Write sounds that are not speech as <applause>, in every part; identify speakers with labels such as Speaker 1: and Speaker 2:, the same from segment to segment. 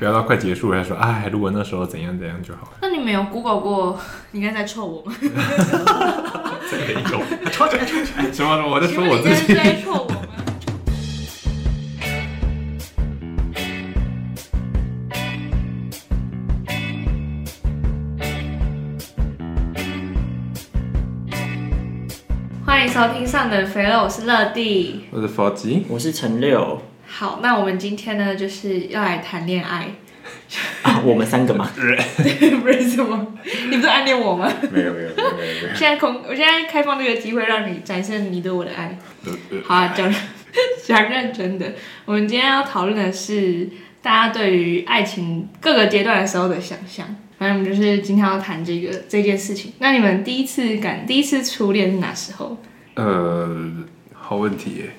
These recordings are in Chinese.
Speaker 1: 聊到快结束，他说：“哎，如果那时候怎样怎样就好了。
Speaker 2: 那你没有 Google 过？ <laughs> 你刚才在臭我吗？”
Speaker 1: <laughs> 这个有， <laughs> 什么什么，我在
Speaker 2: 你
Speaker 1: 说
Speaker 2: 们
Speaker 1: 我
Speaker 2: <laughs> 你
Speaker 1: 自
Speaker 2: 刚才是
Speaker 1: 己。
Speaker 2: 在臭我吗？欢迎收听《上等肥肉》，我是乐蒂。
Speaker 1: <laughs> 我是佛吉，
Speaker 3: 我是陈六
Speaker 2: 好，那我们今天呢，就是要来谈恋爱， <laughs>
Speaker 3: 啊，我们三个嘛，
Speaker 2: 不是什么？你不是暗恋我吗？
Speaker 1: 没有没有没有没有没有
Speaker 2: 现在空，我现在开放这个机会，让你展现你对我的爱。
Speaker 1: 呃呃
Speaker 2: 好、啊，讲 <laughs> 讲认真的。我们今天要讨论的是大家对于爱情各个阶段的时候的想象。反正我们就是今天要谈这个这件事情。那你们第一次感第一次初恋是哪时候？
Speaker 1: 呃，好问题耶。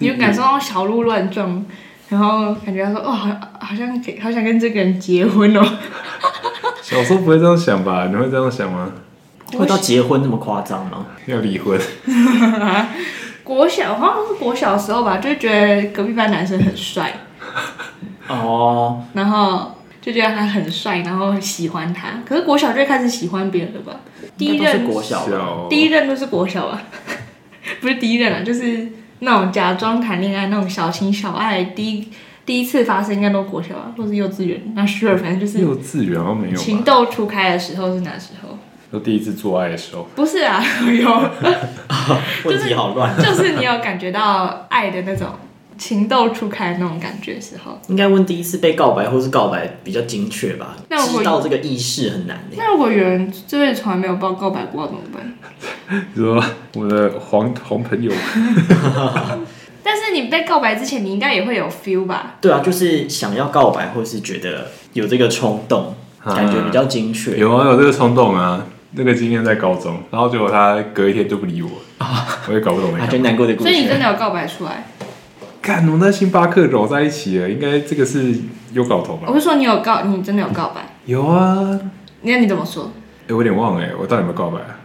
Speaker 2: 你有感受到小鹿乱撞，然后感觉他说哦，好像好像可以好想跟这个人结婚哦。 <laughs>
Speaker 1: 小时候不会这样想吧？你会这样想吗？
Speaker 3: 会到结婚这么夸张吗？
Speaker 1: 要离婚？
Speaker 2: 国小好像是国小的时候吧，就觉得隔壁班男生很帅，
Speaker 3: 哦，
Speaker 2: 然后就觉得他很帅，然后喜欢他。可是国小就开始喜欢别人了吧？第一
Speaker 3: 应该都
Speaker 2: 任
Speaker 3: 是国小吧，
Speaker 1: 小
Speaker 2: 第一任都是国小吧， <laughs> 不是第一任啊，就是那种假装谈恋爱那种小情小爱，第一第一次发生应该都国小啊，或是幼稚园。那 sure，反正就是
Speaker 1: 幼稚园好像没有
Speaker 2: 情
Speaker 1: 吧？
Speaker 2: 窦初开的时候是哪时候？
Speaker 1: 都第一次做爱的时候，
Speaker 2: 不是啊， <laughs> 有，
Speaker 3: 问题好乱。
Speaker 2: 就是你有感觉到爱的那种情窦初开的那种感觉的时候。
Speaker 3: 应该问第一次被告白或是告白比较精确吧，
Speaker 2: 那我
Speaker 3: 知道这个意识很难欸耶
Speaker 2: 那如果有人这辈子从来没有报告白过怎么办？
Speaker 1: 你说我的黄黄朋 <laughs> 友
Speaker 2: 但是你被告白之前，你应该也会有 feel 吧？
Speaker 3: 对啊，就是想要告白或是觉得有这个冲动，
Speaker 1: 啊
Speaker 3: 感觉比较精确。
Speaker 1: 有啊，有这个冲动啊，那个经验在高中，然后结果他隔一天就不理我，我也搞不懂
Speaker 3: 啊，
Speaker 1: 那
Speaker 3: 就
Speaker 1: 个。
Speaker 3: 难过的故
Speaker 2: 所以你真
Speaker 3: 事。
Speaker 2: 的有告白出来？
Speaker 1: 干，我们在星巴克揉在一起了，应该这个是有搞头吧
Speaker 2: 我？是说你有告，你真的有告白？
Speaker 1: 有啊，
Speaker 2: 那你怎么说？
Speaker 1: 哎、我有点忘了哎、我到底有没有告白啊？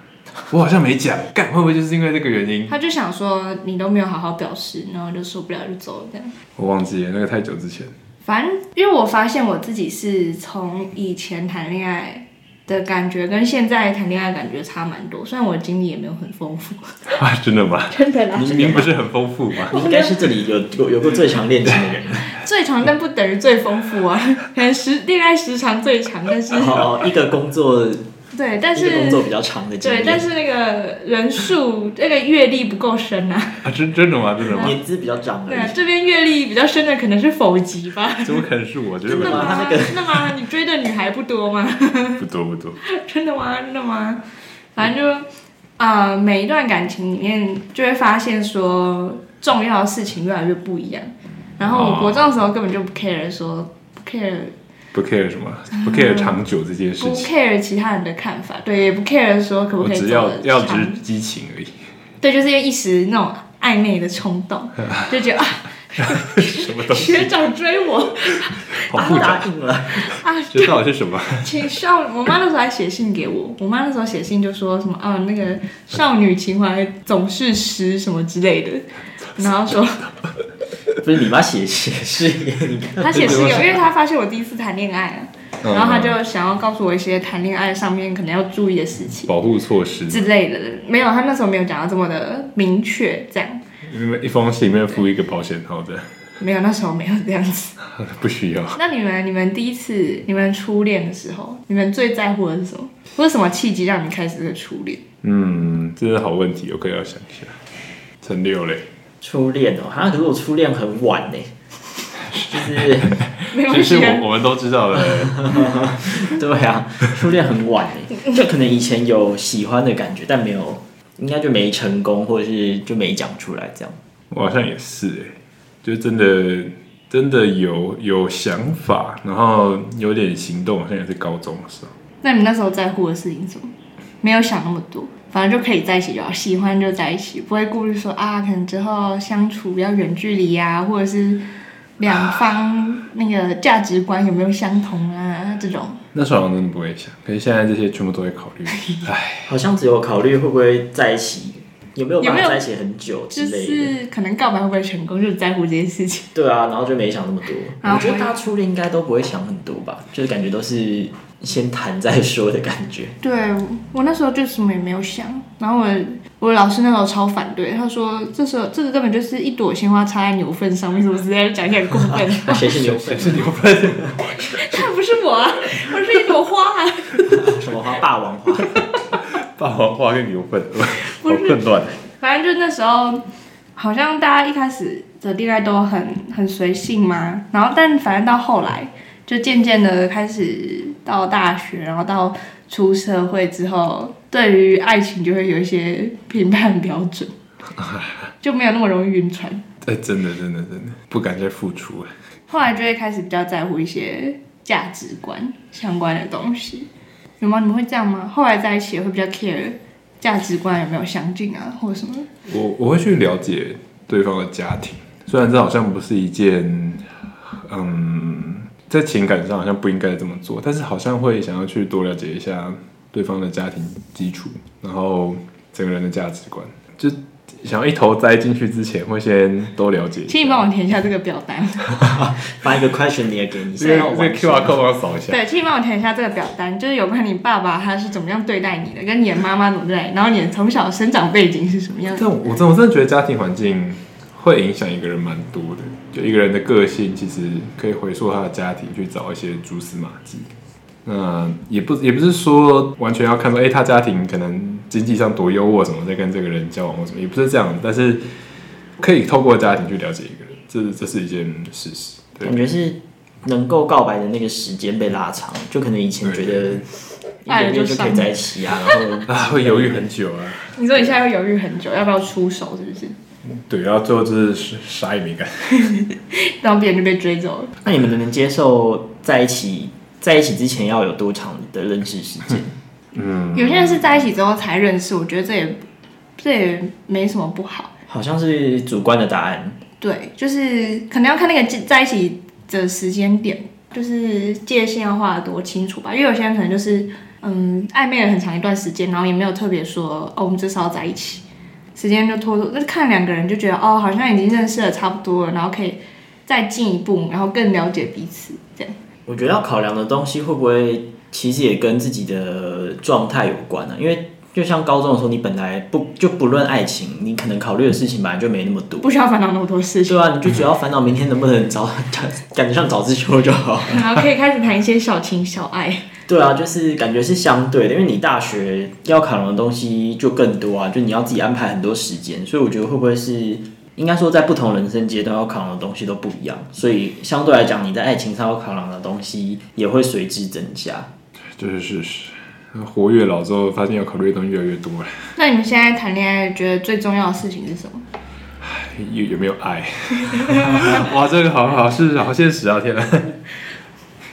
Speaker 1: 我好像没讲，干会不会就是因为这个原因？
Speaker 2: 他就想说你都没有好好表示，然后就受不了就走了这样。
Speaker 1: 我忘记了，那个太久之前。
Speaker 2: 反正因为我发现我自己是从以前谈恋爱的感觉跟现在谈恋爱感觉差蛮多，虽然我经历也没有很丰富，
Speaker 1: <laughs> 啊，真的吗？
Speaker 2: <laughs> 真的
Speaker 1: 明明不是很丰富吗？
Speaker 3: 你应该是这里有有有过最长恋情的人，
Speaker 2: <laughs> 最长但不等于最丰富啊，可能时恋爱时长最长，但是
Speaker 3: 然后一个工作一
Speaker 2: 对，但
Speaker 3: 个工作
Speaker 2: 是
Speaker 3: 比较长的经
Speaker 2: 对，但
Speaker 3: 验，
Speaker 2: 是那个人数那个阅历不够深
Speaker 3: <laughs>
Speaker 2: 啊，
Speaker 1: 啊，真真的吗？真的吗？
Speaker 3: 年资比较长而
Speaker 2: 对啊，
Speaker 3: 已。
Speaker 2: 这边阅历比较深的可能是否极吧。啊
Speaker 1: 怎么可能是我？觉得
Speaker 2: 真的
Speaker 1: 没
Speaker 2: 吗
Speaker 3: 他那个？
Speaker 2: 真的吗？你追的女孩不多吗？
Speaker 1: 不多不多。
Speaker 2: <laughs> 真的吗？真的吗？反正就，呃，每一段感情里面就会发现说，重要的事情越来越不一样。然后我
Speaker 1: 哦
Speaker 2: 国中的时候根本就不 care 说，不 care
Speaker 1: 不 care 什么，不 care 长久这件事
Speaker 2: 不
Speaker 1: 情，
Speaker 2: care 其他人的看法，对，也不 care 说可不
Speaker 1: 我
Speaker 2: 嗯可以
Speaker 1: 只
Speaker 2: 走
Speaker 1: 要
Speaker 2: 得
Speaker 1: 要
Speaker 2: 长
Speaker 1: 只是激情而已。
Speaker 2: 对，就是因为一时那种暧昧的冲
Speaker 1: <laughs>
Speaker 2: 动，就觉得啊，
Speaker 1: 什么东西？
Speaker 2: 学长追我
Speaker 1: 好复杂。
Speaker 3: 答应了，
Speaker 2: 啊，
Speaker 1: 这到底是什么？
Speaker 2: 情少，我妈那时候还写信给我，我妈那时候写信就说什么啊，那个少女情怀总是诗什么之类的，然后说
Speaker 3: 不是你妈写写誓言，
Speaker 2: 她写诗给我，因为她发现我第一次谈恋爱啊，
Speaker 1: 嗯
Speaker 2: 然后她就想要告诉我一些谈恋爱上面可能要注意的事情
Speaker 1: 保护措施，
Speaker 2: 之类的，没有，她那时候没有讲到这么的明确，这样
Speaker 1: 因为一封信里面附一个保险套的，
Speaker 2: 没有，那时候没有这样子。 <laughs>
Speaker 1: 不需要。
Speaker 2: 那你们你们第一次你们初恋的时候，你们最在乎的是什么？或者什么契机让你开始这个初恋？
Speaker 1: 嗯，这是好问题，我可以要想一下。陈六嘞，
Speaker 3: 初恋哦，哈，可是我初恋很晚呢，就是。
Speaker 2: 没
Speaker 1: 其
Speaker 2: 关
Speaker 1: 实
Speaker 2: 系啊，
Speaker 1: 我我们都知道了， <laughs>
Speaker 3: 对啊，初恋很晚欸，就可能以前有喜欢的感觉，但没有，应该就没成功，或者是就没讲出来这样。
Speaker 1: 我好像也是哎、就真的真的有有想法，然后有点行动，好像也是高中的时候。
Speaker 2: 那你那时候在乎的事情是什么？没有想那么多，反正就可以在一起就好，喜欢就在一起，不会顾虑说啊，可能之后相处要远距离啊，或者是两方那个价值观有没有相同啊这种。
Speaker 1: 那时候好像真的不会想，可是现在这些全部都会考虑。唉，
Speaker 3: 好像只有考虑会不会在一起，有没有
Speaker 2: 有
Speaker 3: 办
Speaker 2: 没
Speaker 3: 法
Speaker 2: 有
Speaker 3: 在一起很久之
Speaker 2: 就
Speaker 3: 类的？
Speaker 2: 是可能告白会不会成功，就是在乎这件事情。
Speaker 3: 对啊，然后就没想那么多。
Speaker 2: 啊
Speaker 3: 我觉得
Speaker 2: 我
Speaker 3: 大家初恋应该都不会想很多吧，就是感觉都是先谈再说的感觉。
Speaker 2: 对我那时候就什么也没有想，然后我我老师那时候超反对，他说这时候这个根本就是一朵鲜花插在牛粪上面，什么之类的，讲起来很过分。
Speaker 3: 那谁是牛粪？
Speaker 1: 是牛粪，
Speaker 2: 那 <laughs> 不是我啊，我是一朵花、啊，
Speaker 3: 什么花？霸王花？
Speaker 1: 霸王花跟牛粪， <laughs> 好
Speaker 2: 不是
Speaker 1: 混乱。
Speaker 2: 反正就那时候好像大家一开始的恋爱都很很随性嘛，然后但反正到后来就渐渐的开始到大学，然后到出社会之后，对于爱情就会有一些 <laughs> 评判标准，就没有那么容易晕船。
Speaker 1: 哎，真的，真的，真的，不敢再付出了。
Speaker 2: 后来就会开始比较在乎一些价值观相关的东西，有吗？你们会这样吗？后来在一起也会比较 care 价值观有没有相近啊，或者什么？
Speaker 1: 我我会去了解对方的家庭，虽然这好像不是一件，嗯，在情感上好像不应该这么做，但是好像会想要去多了解一下对方的家庭基础，然后整个人的价值观，就想要一头栽进去之前，会先多了解一下。
Speaker 2: 请你帮我填一下这个表单。
Speaker 3: 发一个 questionnaire 给你，
Speaker 1: 这个
Speaker 3: 先让我
Speaker 1: 这个
Speaker 3: 完
Speaker 1: QR
Speaker 3: 成
Speaker 1: code 帮我扫一下。
Speaker 2: 对，请你帮我填一下这个表单，就是有关你爸爸他是怎么样对待你的，跟你的妈妈怎么对待你，然后你的从小生长背景是什么样的。
Speaker 1: 但我真我真的觉得家庭环境会影响一个人蛮多的，就一个人的个性，其实可以回溯他的家庭去找一些蛛丝马迹。那也不也不是说完全要看说，哎、他家庭可能经济上多优渥什么，再跟这个人交往或什么，也不是这样。但是可以透过家庭去了解一个人，这这是一件事实。对
Speaker 3: 感，觉是能够告白的那个时间被拉长，就可能以前觉得一
Speaker 2: 爱
Speaker 3: 个
Speaker 2: 了
Speaker 3: 月
Speaker 2: 就
Speaker 3: 就
Speaker 2: 上
Speaker 3: 可以在一起啊，
Speaker 1: <laughs>
Speaker 3: 然后
Speaker 1: 啊，会犹豫很久啊。
Speaker 2: 你说你现在会犹豫很久，要不要出手，是不是？
Speaker 1: 对，然后最后就是啥也没干。
Speaker 2: <laughs> 然后别人就被追走了。
Speaker 3: 那你们能接受在一起在一起之前要有多长的认识时间？
Speaker 1: 嗯，
Speaker 2: 有些人是在一起之后才认识，我觉得这也这也没什么不好。
Speaker 3: 好像是主观的答案，
Speaker 2: 对，就是可能要看那个在一起的时间点，就是界限要画的多清楚吧。因为有些人可能就是嗯暧昧了很长一段时间，然后也没有特别说哦我们这是要在一起，时间就拖拖。那看两个人就觉得哦好像已经认识的差不多了，然后可以再进一步，然后更了解彼此这样。
Speaker 3: 我觉得要考量的东西会不会其实也跟自己的状态有关啊呢、因为就像高中的时候，你本来不就不论爱情，你可能考虑的事情本来就没那么多。
Speaker 2: 不需要烦恼那么多事情，
Speaker 3: 对啊，你就只要烦恼明天能不能 <laughs> 早，感觉上早自修就好。
Speaker 2: 然后可以开始谈一些小情小爱。
Speaker 3: 对啊，就是感觉是相对的，因为你大学要考量的东西就更多啊，就你要自己安排很多时间，所以我觉得会不会是应该说在不同人生阶段要考量的东西都不一样，所以相对来讲你在爱情上要考量的东西也会随之增加。
Speaker 1: 就是事实。活越老之后，发现要考虑的东西越来越多了，
Speaker 2: 那你们现在谈恋爱，觉得最重要的事情是什么？
Speaker 1: 有有没有爱？ <laughs> 哇，这个好好是好现实啊！ <laughs> 天哪，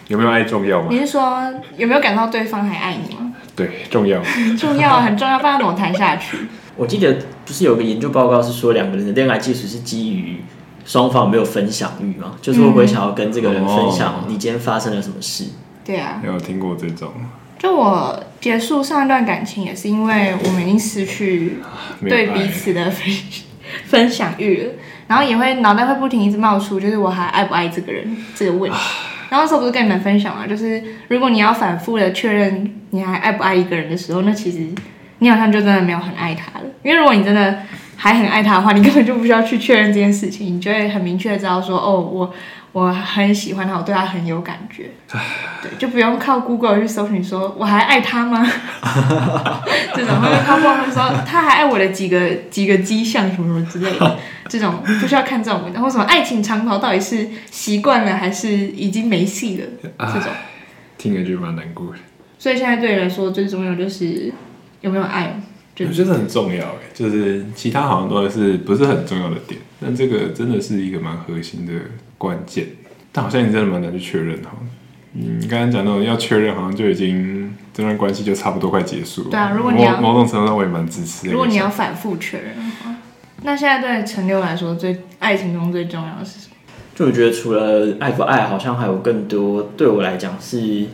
Speaker 1: 有没有爱重要吗？
Speaker 2: 你是说有没有感到对方还爱你吗？
Speaker 1: 对，重要。
Speaker 2: 很重要啊，很重要，不然怎么谈下去？
Speaker 3: 我记得不是有个研究报告是说两个人的恋爱技术是基于双方有没有分享欲吗？就是会不会想要跟这个人分享你今天发生了什么事？
Speaker 2: 对啊，
Speaker 1: 有听过这种？
Speaker 2: 就我结束上一段感情，也是因为我们已经失去
Speaker 1: 没有
Speaker 2: 对彼
Speaker 1: 爱
Speaker 2: 此的分分享欲了，然后也会脑袋会不停一直冒出，就是我还爱不爱这个人这个问题。然后那时候不是跟你们分享嘛，就是如果你要反复的确认你还爱不爱一个人的时候，那其实你好像就真的没有很爱他了。因为如果你真的还很爱他的话，你根本就不需要去确认这件事情，你就会很明确的知道说，哦，我我很喜欢他，我对他很有感觉，对，就不用靠 Google 去搜寻说我还爱他吗？ <laughs> 这种，或者靠网络说他还爱我的几个几个迹象什么什么之类的，这种不需要看这种文章，或什么爱情长跑到底是习惯了还是已经没戏了
Speaker 1: 啊
Speaker 2: 这种。
Speaker 1: 听着就蛮难过的。
Speaker 2: 所以现在对你来说最重要就是有没有爱，就
Speaker 1: 我觉得很重要哎，就是其他好像都是不是很重要的点，但这个真的是一个蛮核心的关键。但好像你真的蛮难去确认哈。你刚刚讲那种要确认，好像就已经这段关系就差不多快结束了。
Speaker 2: 对啊如果你
Speaker 1: 某
Speaker 2: 要
Speaker 1: 某种程度上我也蛮支持的。
Speaker 2: 如果你要反复确认的话，那现在对陈六来说最爱情中最重要的是什么？
Speaker 3: 就我觉得除了爱不爱，好像还有更多对我来讲是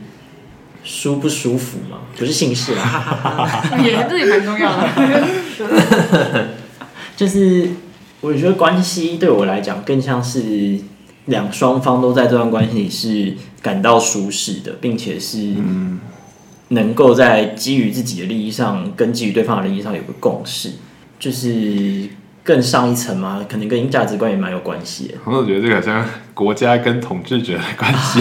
Speaker 3: 舒不舒服嘛，不是姓氏啦， <laughs>
Speaker 2: <laughs> 也这也蛮重要的。
Speaker 3: 就是我觉得关系对我来讲更像是两双方都在这段关系里是感到舒适的，并且是能够在基于自己的利益上跟基于对方的利益上有个共识，就是更上一层嘛，可能跟价值观也蛮有关系的。
Speaker 1: 我总觉得这个好像国家跟统治者的关系。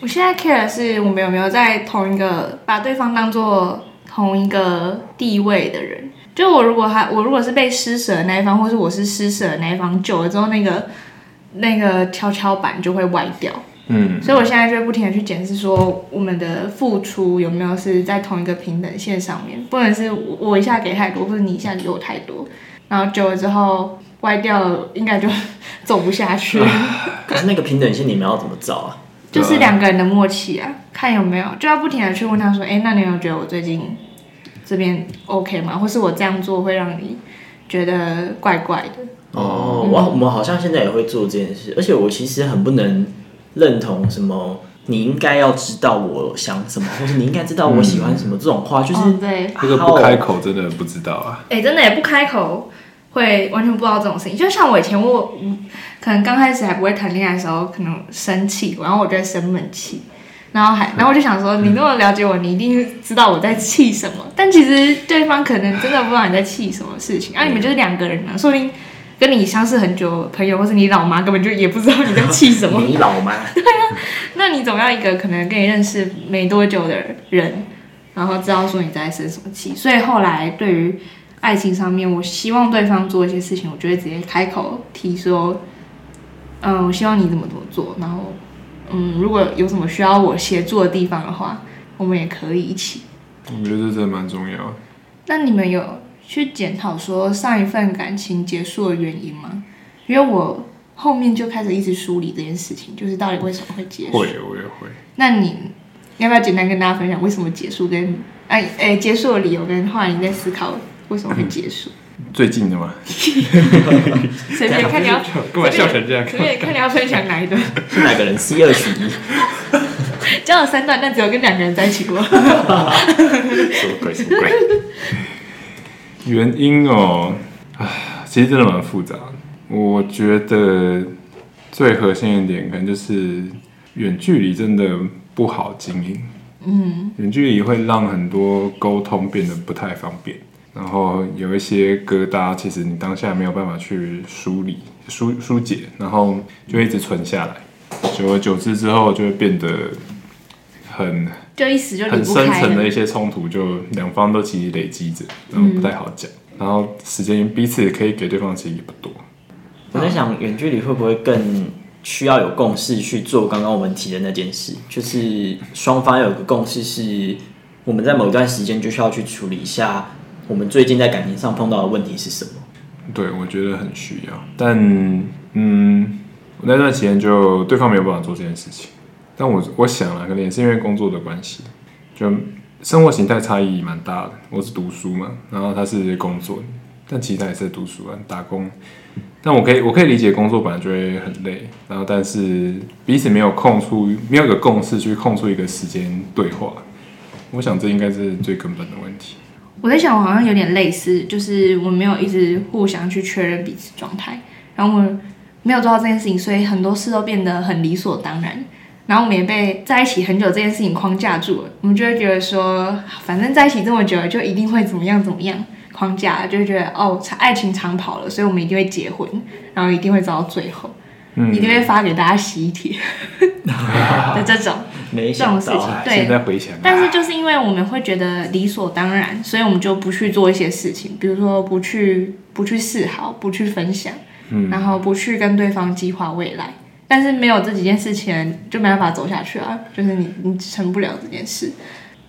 Speaker 2: 我现在 care 的是我们有没有在同一个把对方当做同一个地位的人。就我如果还我如果是被施舍的那一方，或是我是施舍的那一方，久了之后那个那个跷跷板就会歪掉。
Speaker 1: 嗯，
Speaker 2: 所以我现在就会不停的去检视，说我们的付出有没有是在同一个平等线上面，不能是我我一下给太多，或者你一下给我太多，然后久了之后歪掉了，应该就走不下去，
Speaker 3: 可是那个平等线你们要怎么找啊？
Speaker 2: 就是两个人的默契啊，看有没有，就要不停的去问他说，哎、那你有没有觉得我最近这边 OK 吗？或是我这样做会让你觉得怪怪的？嗯
Speaker 3: 哦，我我们好像现在也会做这件事，而且我其实很不能认同什么你应该要知道我想什么，或是你应该知道我喜欢什么这种话，就是
Speaker 2: 哦对，
Speaker 1: 这个不开口真的不知道啊。
Speaker 2: 哎、真的也不开口，会完全不知道这种事情。就像我以前我，嗯可能刚开始还不会谈恋爱的时候，可能生气，然后我就会生闷气，然后还，然后我就想说，你那么了解我，你一定知道我在气什么。但其实对方可能真的不知道你在气什么事情，啊，你们就是两个人呢，说不定跟你相识很久的朋友，或是你老妈根本就也不知道你在气什么。
Speaker 3: 你老吗？
Speaker 2: 那你总要一个可能跟你认识没多久的人，然后知道说你在生什么气。所以后来对于爱情上面，我希望对方做一些事情，我就会直接开口提说，嗯，我希望你怎么怎么做。然后，嗯，如果有什么需要我协助的地方的话，我们也可以一起。
Speaker 1: 我觉得这真的蛮重要的。
Speaker 2: 那你们有去检讨说上一份感情结束的原因吗？因为我后面就开始一直梳理这件事情，就是到底为什么会结束。
Speaker 1: 会，我也会。
Speaker 2: 那你要不要简单跟大家分享为什么结束跟哎哎结束的理由跟后来你在思考为什么会结束？
Speaker 1: 最近的嘛，
Speaker 2: <laughs> 随 <laughs> 便看你要
Speaker 1: <laughs> 干嘛笑成这样？
Speaker 2: 随便看你要分享哪 <laughs> 一段，
Speaker 3: 是哪个人 C 二取
Speaker 1: <laughs>
Speaker 3: 一？
Speaker 2: 只有三段，但只有跟两个人在一起 <laughs> 过。
Speaker 1: 什么鬼？什么鬼？ <laughs> 原因哦，唉，其实真的蛮复杂的。我觉得最核心一点，可能就是远距离真的不好经营。嗯，远距离会让很多沟通变得不太方便，然后有一些疙瘩，其实你当下没有办法去梳理、疏疏解，然后就一直存下来，久而久之之后就会变得很
Speaker 2: 就一时就离
Speaker 1: 很
Speaker 2: 不
Speaker 1: 深
Speaker 2: 开
Speaker 1: 层的
Speaker 2: 了
Speaker 1: 一。些冲突，就两方都其实累积着，然后不太好讲，
Speaker 2: 嗯
Speaker 1: 然后时间彼此可以给对方其实也不多。
Speaker 3: 我在
Speaker 1: 啊
Speaker 3: 想，远距离会不会更需要有共识去做刚刚我们提的那件事？就是双方要有个共识，是我们在某一段时间就需要去处理一下我们最近在感情上碰到的问题是什么。
Speaker 1: 对，我觉得很需要，但嗯，我那段时间就对方没有办法做这件事情，但我我想啊，可能也是因为工作的关系，就生活形态差异蛮大的。我是读书嘛，然后他是工作，但其实他也是在读书啊，打工。但我可以我可以理解工作本来就会很累，然后但是彼此没有空出没有一个共识去空出一个时间对话，我想这应该是最根本的问题。
Speaker 2: 我在想，我好像有点类似，就是我没有一直互相去确认彼此状态，然后我没有做到这件事情，所以很多事都变得很理所当然。然后我们也被在一起很久这件事情框架住了，我们就会觉得说，反正在一起这么久了，就一定会怎么样怎么样框架了，就会觉得哦，爱情长跑了，所以我们一定会结婚，然后一定会走到最后，一定会发给大家喜帖的这种。
Speaker 3: 没
Speaker 2: 这种
Speaker 3: 想
Speaker 2: 事
Speaker 3: 到
Speaker 2: 情
Speaker 3: 啊，
Speaker 2: 对
Speaker 1: 现在回想、啊，
Speaker 2: 但是就是因为我们会觉得理所当然，所以我们就不去做一些事情，比如说不去不去示好，不去分享，
Speaker 1: 嗯
Speaker 2: 然后不去跟对方计划未来。但是没有这几件事情，就没办法走下去啊，就是你你成不了这件事。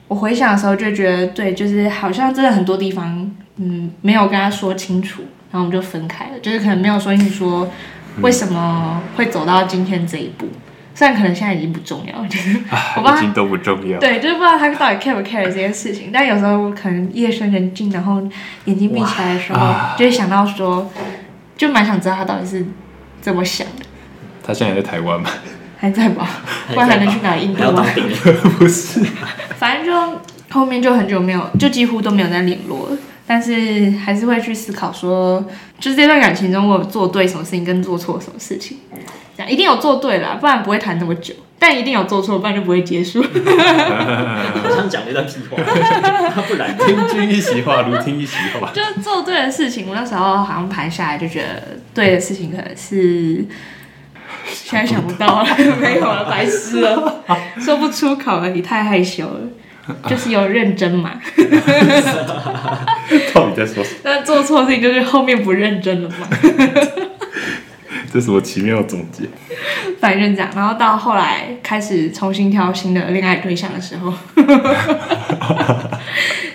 Speaker 2: 我回想的时候就觉得，对，就是好像真的很多地方，嗯，没有跟他说清楚，然后我们就分开了，就是可能没有说清楚说
Speaker 1: 嗯
Speaker 2: 为什么会走到今天这一步。虽然可能现在已经不重要，就是我帮
Speaker 1: 啊，
Speaker 2: 他
Speaker 1: 已经都不重要。
Speaker 2: 对，就是不知道他到底 care 不 care 这件事情。但有时候可能夜深人静，然后眼睛闭起来的时候，就会想到说，就蛮想知道他到底是怎么想的。
Speaker 1: 他现在还在台湾嘛？
Speaker 2: 还在吧？不然还能去哪？印
Speaker 3: 还
Speaker 2: 度
Speaker 3: 要
Speaker 2: 吗
Speaker 3: 当？兵？
Speaker 1: <laughs> 不是，
Speaker 2: 反正就后面就很久没有，就几乎都没有再联络了。但是还是会去思考说，就是这段感情中我有做对什么事情，跟做错什么事情，这样一定有做对啦，不然不会谈那么久。但一定有做错，不然就不会结束。
Speaker 3: 好像讲了一段屁 <laughs> 话，那不然
Speaker 1: 听君一席话，如听一席话。
Speaker 2: <laughs> 就是做对的事情，我那时候好像排下来就觉得对的事情可能是，现在想不到了，没有了，白痴了，说不出口了，你太害羞了，就是有认真嘛。
Speaker 1: 到底在说什么？
Speaker 2: 但做错事情就是后面不认真了嘛， <laughs>
Speaker 1: 这是我奇妙的总结。
Speaker 2: 反正这样。然后到后来开始重新挑新的恋爱对象的时候， <laughs>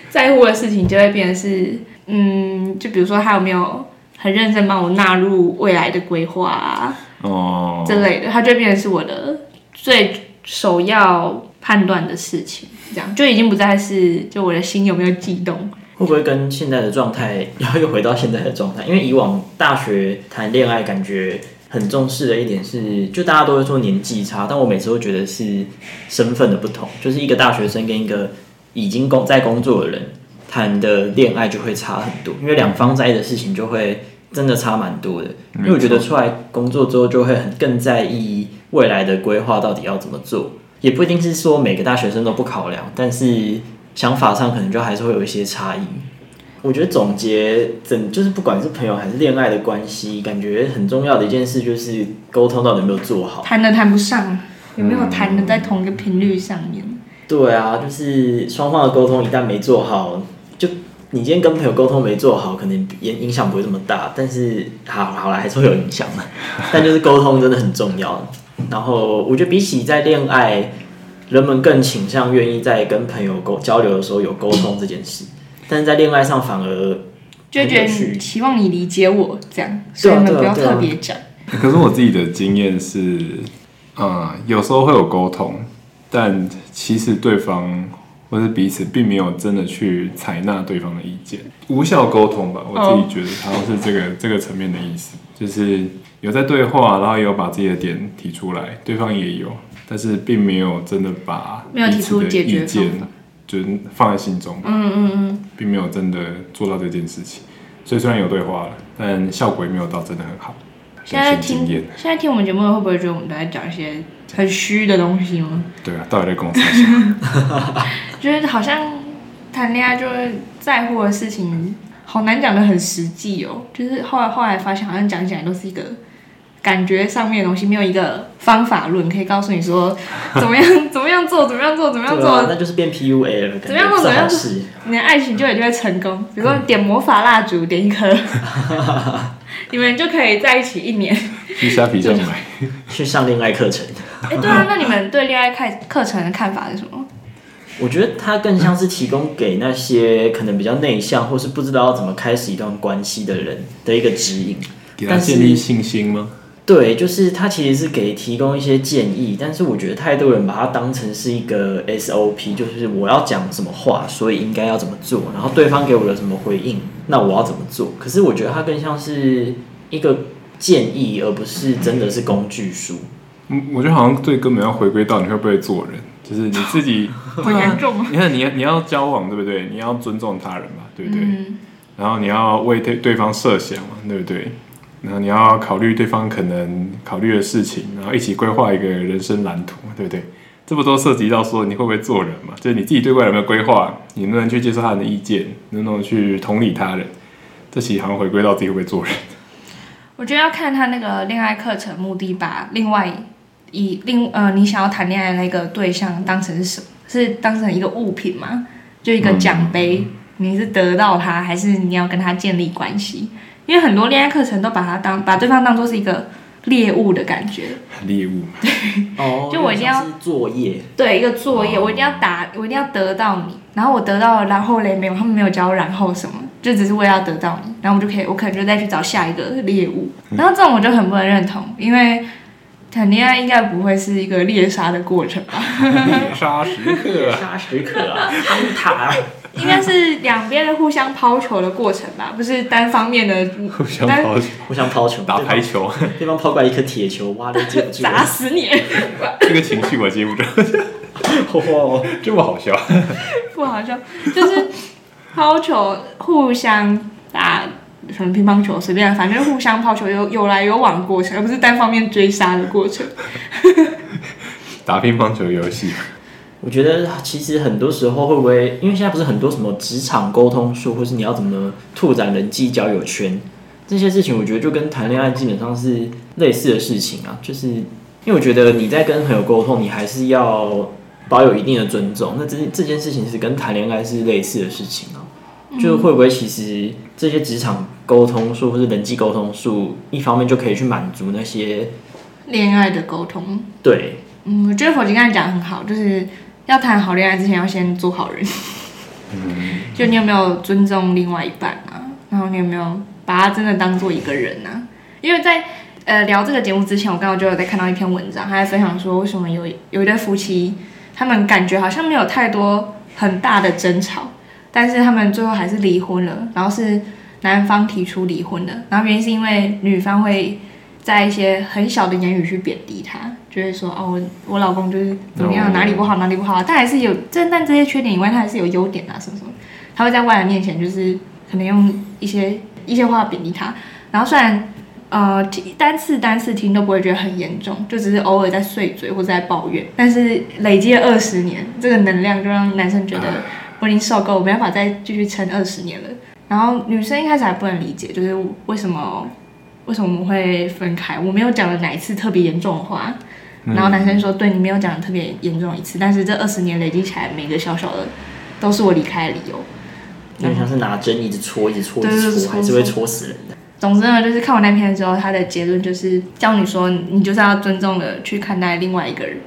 Speaker 2: 在乎的事情就会变成是，嗯，就比如说他有没有很认真帮我纳入未来的规划啊
Speaker 1: 哦，
Speaker 2: 之类的，他就变成是我的最首要判断的事情。这样就已经不再是就我的心有没有悸动，
Speaker 3: 会不会跟现在的状态，然后又回到现在的状态？因为以往大学谈恋爱，感觉很重视的一点是，就大家都会说年纪差，但我每次都觉得是身份的不同，就是一个大学生跟一个已经工在工作的人谈的恋爱就会差很多，因为两方在意的事情就会真的差蛮多的。因为我觉得出来工作之后，就会很更在意未来的规划到底要怎么做，也不一定是说每个大学生都不考量，但是想法上可能就还是会有一些差异。我觉得总结整就是不管是朋友还是恋爱的关系，感觉很重要的一件事就是沟通到底有没有做好。
Speaker 2: 谈的谈不上，有没有谈的在同一个频率上面？
Speaker 3: 对啊，就是双方的沟通一旦没做好，就你今天跟朋友沟通没做好，可能也影响不会这么大，但是好好了还是会有影响
Speaker 2: <laughs>
Speaker 3: 的。但就是沟通真的很重要。然后我觉得比起在恋爱，人们更倾向愿意在跟朋友沟交流的时候有沟通这件事，但是在恋爱上反而
Speaker 2: 就会觉得
Speaker 3: 很有
Speaker 2: 你
Speaker 3: 趣
Speaker 2: 希望你理解我这样，所以你们不要特别讲。
Speaker 1: 可是我自己的经验是，嗯，有时候会有沟通，但其实对方或是彼此并没有真的去采纳对方的意见，无效沟通吧。我自己觉得它是这个、这个层面的意思，就是有在对话，然后也有把自己的点提出来，对方也有，但是并没有真的把
Speaker 2: 没有提出
Speaker 1: 彼此的
Speaker 2: 解决
Speaker 1: 意见
Speaker 2: 方法，
Speaker 1: 就是放在心中。
Speaker 2: 嗯嗯嗯，
Speaker 1: 并没有真的做到这件事情。所以虽然有对话了，但效果也没有到真的很好。
Speaker 2: 现在
Speaker 1: 人生
Speaker 2: 听
Speaker 1: 经验，
Speaker 2: 现在听我们节目的会不会觉得我们都在讲一些很虚的东西吗？
Speaker 1: 对啊，到底在跟我吵什么
Speaker 2: 就是好像谈恋爱就是在乎的事情，好难讲的很实际哦。就是后来后来发现，好像讲起来都是一个感觉上面的东西，没有一个方法论可以告诉你说怎么样 <laughs> 怎么样做，怎么样做，怎么样
Speaker 3: 对啊
Speaker 2: 做，
Speaker 3: 那就是变 PUA 了，
Speaker 2: 怎
Speaker 3: 感
Speaker 2: 么样做
Speaker 3: 觉不是
Speaker 2: 怎么
Speaker 3: 好
Speaker 2: 样做
Speaker 3: 事。
Speaker 2: 你的爱情就一定会成功。比如说点魔法蜡烛，点一颗， <laughs> 你们就可以在一起一
Speaker 3: <laughs>
Speaker 2: 年。
Speaker 1: 去虾皮上买。
Speaker 3: 去上恋爱课程。
Speaker 2: 哎、对啊，那你们对恋爱看课程的看法是什么？
Speaker 3: 我觉得它更像是提供给那些可能比较内向或是不知道要怎么开始一段关系的人的一个指引。
Speaker 1: 给他
Speaker 3: 但是
Speaker 1: 建立信心吗？
Speaker 3: 对，就是它其实是给提供一些建议，但是我觉得太多人把它当成是一个 SOP，就是我要讲什么话，所以应该要怎么做，然后对方给我的什么回应，那我要怎么做？可是我觉得它更像是一个建议，而不是真的是工具书。
Speaker 1: 嗯，我觉得好像最根本要回归到你会不会做人，就是你自己。
Speaker 2: 好严
Speaker 1: <laughs>
Speaker 2: 重啊！
Speaker 1: 你看，你你要交往对不对？你要尊重他人嘛，对不对？
Speaker 2: 嗯，
Speaker 1: 然后你要为对对方设想嘛，对不对？然后你要考虑对方可能考虑的事情，然后一起规划一个人生蓝图，对不对？这不都涉及到说你会不会做人嘛？就是你自己对未来有没有规划，你能不能去接受他人的意见，能不能去同理他人？这其实好像回归到自己会不会做人。 <laughs>
Speaker 2: 我觉得要看他那个恋爱课程目的吧。另外以另呃，你想要谈恋爱的那个对象当成是什么？是当成一个物品吗？就一个奖杯，你是得到它，还是你要跟他建立关系？因为很多恋爱课程都把它当把对方当做是一个猎物的感觉，
Speaker 1: 猎物，
Speaker 3: 哦
Speaker 2: 就我一定要
Speaker 3: 有点像是
Speaker 2: <laughs>
Speaker 3: 作业，
Speaker 2: 对一个作
Speaker 1: 哦
Speaker 2: 业，我一定要打，我一定要得到你，然后我得到了，然后嘞没有，他们没有教然后什么，就只是为了要得到你，然后我就可以，我可能就再去找下一个猎物，
Speaker 1: 嗯
Speaker 2: 然后这种我就很不能认同，因为谈恋爱应该不会是
Speaker 1: <laughs>
Speaker 2: 一个猎杀的过程吧？
Speaker 1: 猎杀时刻。
Speaker 2: <laughs>
Speaker 3: 杀时刻啊，安塔。
Speaker 2: 应该是两边的互相抛球的过程吧，不是单方面的
Speaker 1: 互相抛球
Speaker 3: 互相抛球，
Speaker 1: 打
Speaker 3: 对方
Speaker 1: 排球，
Speaker 3: 对方抛过来一颗铁球，哇，都接不 <laughs> 住了，
Speaker 2: 砸死你，
Speaker 1: 这个情绪我接不住， <laughs>
Speaker 3: 哇，哦
Speaker 1: 这么好笑。
Speaker 2: 不好笑，就是 <laughs> 抛球互相打。什么乒乓球随便啊，反正互相抛球有有来有往的过程，而不是单方面追杀的过程。
Speaker 1: 打乒乓球游戏，
Speaker 3: 我觉得其实很多时候会不会，因为现在不是很多什么职场沟通术，或是你要怎么拓展人际交友圈这些事情，我觉得就跟谈恋爱基本上是类似的事情啊。就是因为我觉得你在跟朋友沟通，你还是要保有一定的尊重。那这这件事情是跟谈恋爱是类似的事情啊。就会不会其实这些职场沟通术或是人际沟通术，一方面就可以去满足那些
Speaker 2: 恋爱的沟通，
Speaker 3: 对
Speaker 2: 嗯，我觉得佛吉刚才讲得很好，就是要谈好恋爱之前要先做好人。 <laughs> 就你有没有尊重另外一半啊？然后你有没有把他真的当做一个人啊？因为在呃聊这个节目之前，我刚好就有在看到一篇文章，他在分享说为什么有有一对夫妻，他们感觉好像没有太多很大的争吵，但是他们最后还是离婚了，然后是男方提出离婚的，然后原因是因为女方会在一些很小的言语去贬低他，就会说哦，我我老公就是怎么样，
Speaker 1: 哦
Speaker 2: 哪里不好，哪里不好，但还是有，这但这些缺点以外，他还是有优点啊，什么什么，他会在外人面前就是可能用一些一些话贬低他，然后虽然。呃，听单次单次听都不会觉得很严重，就只是偶尔在碎嘴或者在抱怨，但是累积了二十年，这个能量就让男生觉得我已经受够，我没办法再继续撑二十年了。然后女生一开始还不能理解，就是为什么为什么我们会分开，我没有讲了哪一次特别严重的话。然后男生说：“对你没有讲得特别严重一次，但是这二十年累积起来，每个小小的都是我离开的理由。”
Speaker 3: 有点像是拿针一直戳，一直戳，一
Speaker 2: 对
Speaker 3: 直
Speaker 2: 对
Speaker 3: 戳，还是会戳死人的。
Speaker 2: 总之呢，就是看完那篇之后，他的结论就是教你说，你就是要尊重的去看待另外一个人。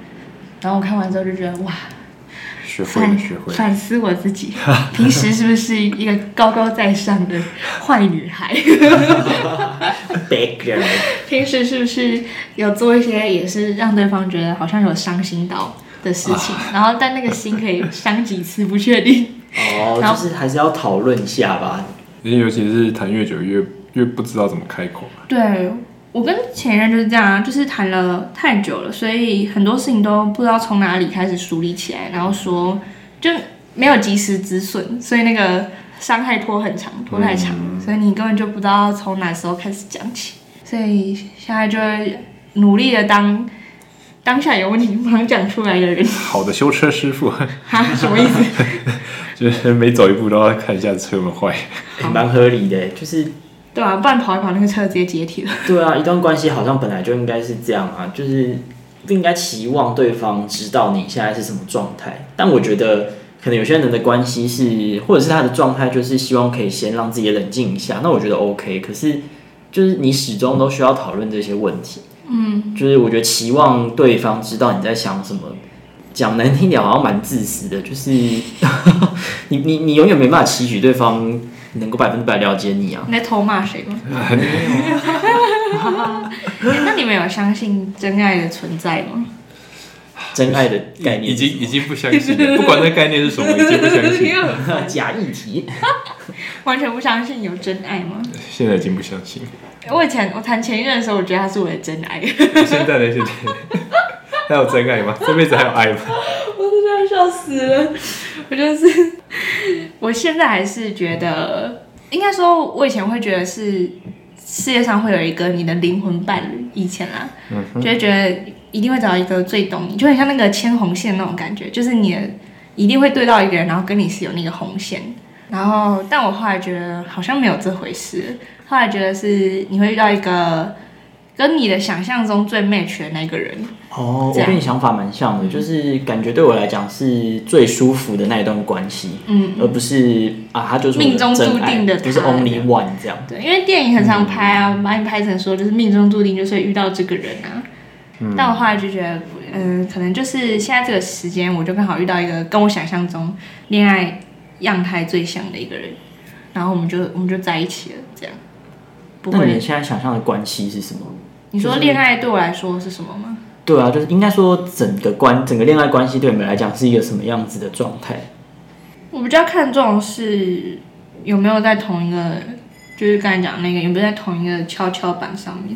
Speaker 2: 然后我看完之后就觉得，哇，
Speaker 1: 学会
Speaker 2: 反
Speaker 1: 了，学会了。
Speaker 2: 反思我自
Speaker 1: <laughs>
Speaker 2: 己，平时是不是一个高高在上的坏女孩？ <laughs>
Speaker 3: Bad girl，
Speaker 2: 平时是不是有做一些也是让对方觉得好像有伤心到的事
Speaker 1: <laughs>
Speaker 2: 情？然后但那个心可以伤几次不确定。然
Speaker 3: 哦，
Speaker 2: 后
Speaker 3: 就是还是要讨论一下吧。
Speaker 1: 因为尤其是谈越久越越不知道怎么开口啊
Speaker 2: 对我跟前任就是这样啊，就是谈了太久了，所以很多事情都不知道从哪里开始梳理起来，然后说就没有及时止损，所以那个伤害拖很长，拖太长，所以你根本就不知道从哪时候开始讲起，所以现在就会努力的当当下有问题忙讲出来的人，
Speaker 1: 好的修车师傅 <laughs>
Speaker 2: 哈，什么意思？
Speaker 1: 就是每走一步都要看一下车有没有 <laughs> 坏。
Speaker 3: 也蛮合理的，就是
Speaker 2: 对啊，不然跑一跑那个车直接解体了。
Speaker 3: 对啊，一段关系好像本来就应该是这样啊，就是不应该期望对方知道你现在是什么状态。但我觉得可能有些人的关系是，或者是他的状态就是希望可以先让自己冷静一下，那我觉得 OK。可是就是你始终都需要讨论这些问题，嗯，就是我觉得期望对方知道你在想什么。讲难听点，好像蛮自私的，就是 <laughs> 你你你永远没办法期许对方能够百分之百了解你啊。
Speaker 2: 你在偷骂谁吗？那你们有相信真爱的存在吗？
Speaker 3: 真爱的概念
Speaker 1: 已经已经不相信
Speaker 2: <laughs>
Speaker 1: 了，不管那概念是什么，已经不相信了，
Speaker 2: 呃
Speaker 3: 假议题，
Speaker 2: 完全不相信有真爱吗？
Speaker 1: <laughs> 现在已经不相信了。
Speaker 2: 我以前我谈前任的时候，我觉得他是我的真爱，我
Speaker 1: 现在的现在 <laughs> 呢还有真爱吗？这辈子还有爱吗？
Speaker 2: 真的要笑死了。我就是， <laughs> 我现在还是觉得，应该说，我以前会觉得是世界上会有一个你的灵魂伴侣，以前啦，就会觉得一定会找到一个最懂你，就很像那个牵红线那种感觉，就是你的一定会对到一个人，然后跟你是有那个红线。然后，但我后来觉得好像没有这回事。后来觉得是你会遇到一个跟你的想象中最 match 的那个人，
Speaker 3: 哦，
Speaker 2: 这
Speaker 3: 我
Speaker 2: 样
Speaker 3: 跟你想法蛮像
Speaker 2: 嗯
Speaker 3: 的，就是感觉对我来讲是最舒服的那一段关系，
Speaker 2: 嗯，
Speaker 3: 而不是啊，他就是我
Speaker 2: 命中注定的
Speaker 3: 真爱不是
Speaker 2: 他
Speaker 3: only one 这样。
Speaker 2: 对，因为电影很
Speaker 3: 嗯
Speaker 2: 常拍啊，把你拍成说就是命中注定就是会遇到这个人啊。但我后来就觉得，嗯、可能就是现在这个时间，我就刚好遇到一个跟我想象中恋爱样态最像的一个人，然后我们就我们就在一起了，这样。不
Speaker 3: 那你
Speaker 2: 会，
Speaker 3: 现在想象的关系是什么？
Speaker 2: 你说恋爱对我来说是什么吗？
Speaker 3: 对啊，就是应该说整个关整个恋爱关系对你们来讲是一个什么样子的状态？ <laughs>
Speaker 2: 我比较看重是有没有在同一个，就是刚才讲那个有没有在同一个跷跷板上面，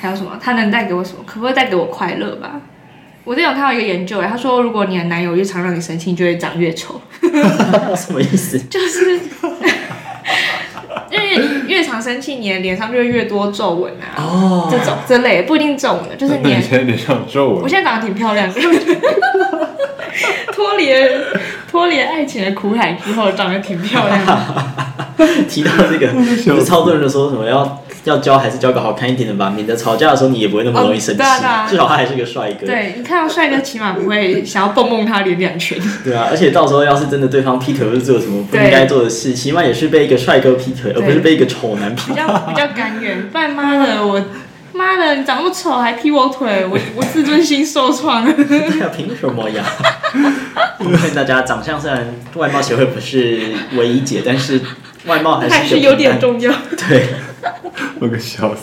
Speaker 2: 还有什么？它能带给我什么？可不可以带给我快乐吧？我之前有看到一个研究，他说如果你的男友越常让你生气，你就会长越丑，
Speaker 3: 什么意思？
Speaker 2: 就是。 <laughs> 因为越常生气，你的脸上就会越多皱纹啊，
Speaker 3: 哦
Speaker 2: 这种这类不一定皱纹的，就是
Speaker 1: 那
Speaker 2: 你的
Speaker 1: 你现在脸上有皱
Speaker 2: 我
Speaker 1: 纹，
Speaker 2: 现在长得挺漂亮的， <laughs> 脱离了脱离了爱情的苦海之后，长得挺漂亮的。
Speaker 3: 提到
Speaker 2: <laughs>
Speaker 3: 这个，不是超多人都说什么要要交还是交个好看一点的吧，免得吵架的时候你也不会那么容易生气。
Speaker 2: 哦对啊对啊
Speaker 3: 至少他还是个帅哥。
Speaker 2: 对，你看到帅哥，起码不会想要蹦蹦他脸两拳。
Speaker 3: 对啊，而且到时候要是真的对方劈腿或者做什么不应该做的事，起码也是被一个帅哥劈腿，而
Speaker 2: 对
Speaker 3: 不是被一个丑男劈
Speaker 2: 比。较比较甘愿。不然妈的我，妈的你长那么丑还劈我腿，我我自尊心受创。
Speaker 3: <laughs> 对啊，凭什么呀？
Speaker 2: <laughs>
Speaker 3: 奉劝大家，长相虽然外貌协会不是唯一解，但是外貌还是
Speaker 2: 还是
Speaker 3: 一个
Speaker 2: 有点
Speaker 3: 平
Speaker 2: 重要。
Speaker 3: 淡对。
Speaker 1: 我个笑死。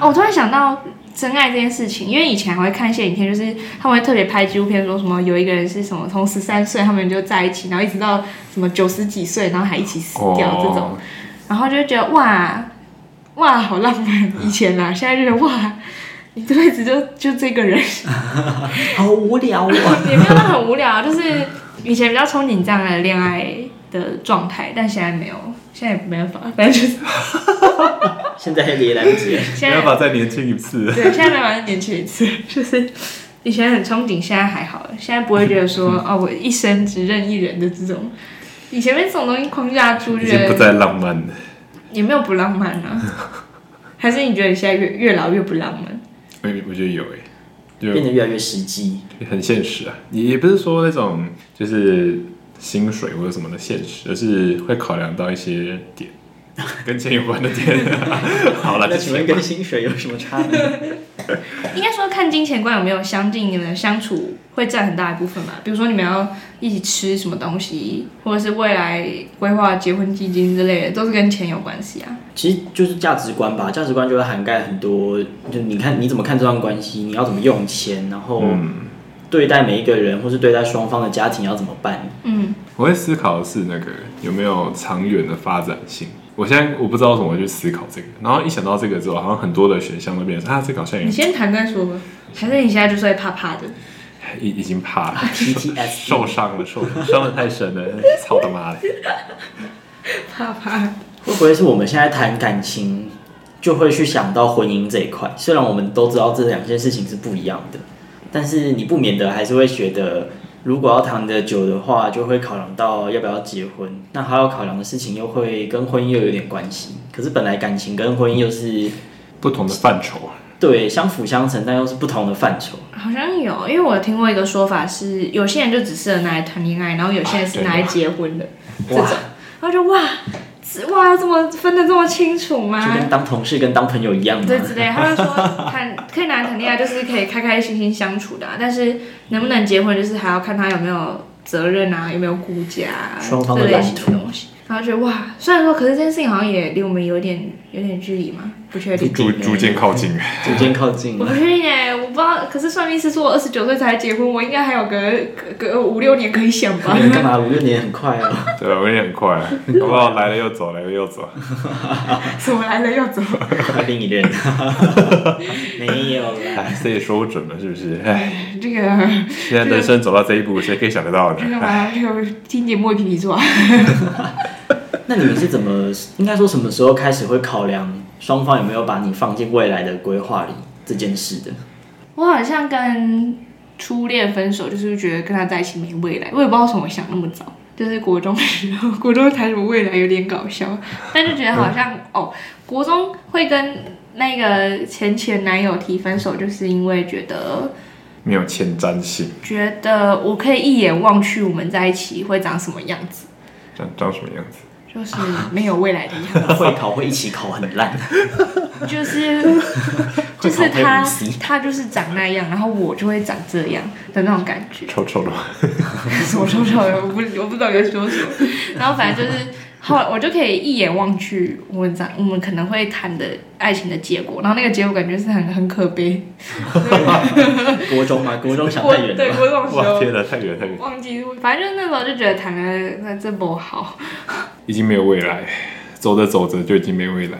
Speaker 2: 哦，我突然想到真爱这件事情，因为以前还会看一些影片，就是他们会特别拍纪录片，说什么有一个人是什么从十三岁他们就在一起，然后一直到什么九十几岁，然后还一起死掉这种，
Speaker 1: 哦，
Speaker 2: 然后就会觉得哇哇好浪漫，以前啦，现在就觉得哇。你这辈子就就这个人，
Speaker 3: 好无聊哦。
Speaker 2: 也没有到很无聊，啊 <laughs> 就是以前比较憧憬这样的恋爱的状态，但现在没有，现在也没办法，反正就是
Speaker 3: 现在也来不及了。
Speaker 2: 现
Speaker 1: 没
Speaker 2: 在
Speaker 1: 办法再年轻一次。
Speaker 2: 对，现在没完年轻一次，就是以前很憧憬，现在还好了，现在不会觉得说哦，我一生只认一人的这种。以前被这种东西框架住，
Speaker 1: 已
Speaker 2: 觉
Speaker 1: 经不
Speaker 2: 得
Speaker 1: 再浪漫了。
Speaker 2: 也没有不浪漫啊。还是你觉得你现在越越老越不浪漫？
Speaker 1: 我我觉得有诶、
Speaker 3: 变得越来越实际，
Speaker 1: 就很现实啊。也也不是说那种就是薪水或者什么的现实，而是会考量到一些 <laughs> 点，跟钱有关的点。 <laughs> 好了，
Speaker 3: 那
Speaker 1: 就
Speaker 3: 请问
Speaker 1: 钱吧
Speaker 3: 跟薪水有什么差别？
Speaker 2: 应该说看金钱观有没有相近，你们的相处会占很大一部分吧。比如说你们要一起吃什么东西，或者是未来规划结婚基金之类的，都是跟钱有关系啊。
Speaker 3: 其实就是价值观吧，价值观就会涵盖很多，就你看你怎么看这段关系，你要怎么用钱，然后
Speaker 1: 嗯
Speaker 3: 对待每一个人，或是对待双方的家庭要怎么办。
Speaker 2: 嗯，
Speaker 1: 我会思考的是那个有没有长远的发展性。我现在我不知道怎么去思考这个，然后一想到这个之后，好像很多的选项都变成啊，这个好像
Speaker 2: 你
Speaker 1: 也
Speaker 2: 先谈再说吧。还是你现在就是会怕怕的？
Speaker 1: 已 <laughs> 已经怕了，
Speaker 3: PTS
Speaker 1: 受伤了，受伤伤的太深了，操他妈的！
Speaker 2: <laughs> 怕怕。
Speaker 3: 会不会是我们现在谈感情，就会去想到婚姻这一块？虽然我们都知道这两件事情是不一样的，但是你不免的还是会觉得，如果要谈得久的话，就会考量到要不要结婚，那还要考量的事情又会跟婚姻又有点关系。可是本来感情跟婚姻又是
Speaker 1: 不同的范畴，
Speaker 3: 对相辅相成，但又是不同的范畴。
Speaker 2: 好像有，因为我听过一个说法是，有些人就只适合拿来谈恋爱，然后有些人是拿来结婚的、这种
Speaker 3: 哇，
Speaker 2: 然后就哇，这哇，这么分的这么清楚吗？
Speaker 3: 就跟当同事跟当朋友一样嘛
Speaker 2: 对。之类，他就说谈可以拿来谈恋爱，就是可以开开心心相处的啊、但是能不能结婚，就是还要看他有没有责任啊，有没有顾家、啊，
Speaker 3: 双方的
Speaker 2: 这类
Speaker 3: 蓝
Speaker 2: 型的东西。然后觉得哇，虽然说，可是这件事情好像也离我们有点有点距离嘛，不确定。
Speaker 1: <laughs> 逐逐渐靠近。
Speaker 3: 逐渐靠近
Speaker 2: 我不
Speaker 3: 了。
Speaker 2: 确定哎，我不知道。可是算命师说我二十九岁才结婚，我应该还有个个个五六年可以想吧。
Speaker 3: 干嘛？五六年很快哦。
Speaker 1: 对，啊我有点很快，好不好？来了又走，来了又走。
Speaker 2: 怎么来了又走？
Speaker 3: 另一任，
Speaker 2: <laughs>
Speaker 3: 没有啦。
Speaker 1: 哎，谁也说不准了，是不是？哎，
Speaker 2: 这个
Speaker 1: 现在人生走到这一步，谁可以想得到
Speaker 2: 这个
Speaker 1: 呢？
Speaker 2: 嘛，这个听节目会皮皮做啊。
Speaker 3: 那你们是怎么，应该说什么时候开始会考量双方有没有把你放进未来的规划里这件事的？
Speaker 2: 我好像跟初恋分手，就是觉得跟他在一起没未来。我也不知道为什么我想那么早，就是国中的时候，国中谈什么未来有点搞笑，但就觉得好像、哦，国中会跟那个前前男友提分手，就是因为觉得
Speaker 1: 没有前瞻性，
Speaker 2: 觉得我可以一眼望去我们在一起会长什么样子，
Speaker 1: 长长什么样子？
Speaker 2: 就是没有未来的样
Speaker 3: 会考会一起考
Speaker 2: <laughs>
Speaker 3: 很烂，
Speaker 2: 子，就是就是
Speaker 3: 会考
Speaker 2: 他
Speaker 3: 会五 C，
Speaker 2: 他就是长那样，然后我就会长这样的那种感觉。
Speaker 1: 臭臭的，
Speaker 2: <laughs> 什么说什么，我不我不知道该说什么。然后反正就是后来我就可以一眼望去，我们咱我们可能会谈的爱情的结果，然后那个结果感觉是很很可悲。
Speaker 3: 国中嘛，国中想
Speaker 2: 我
Speaker 3: 太远
Speaker 2: 对
Speaker 3: 了吧。
Speaker 2: 我忘
Speaker 1: 哇，天
Speaker 2: 记
Speaker 1: 哪，太远太远，
Speaker 2: 忘记，反正就是那时候就觉得谈的那这不好。
Speaker 1: 已经没有未来，走着走着就已经没未来。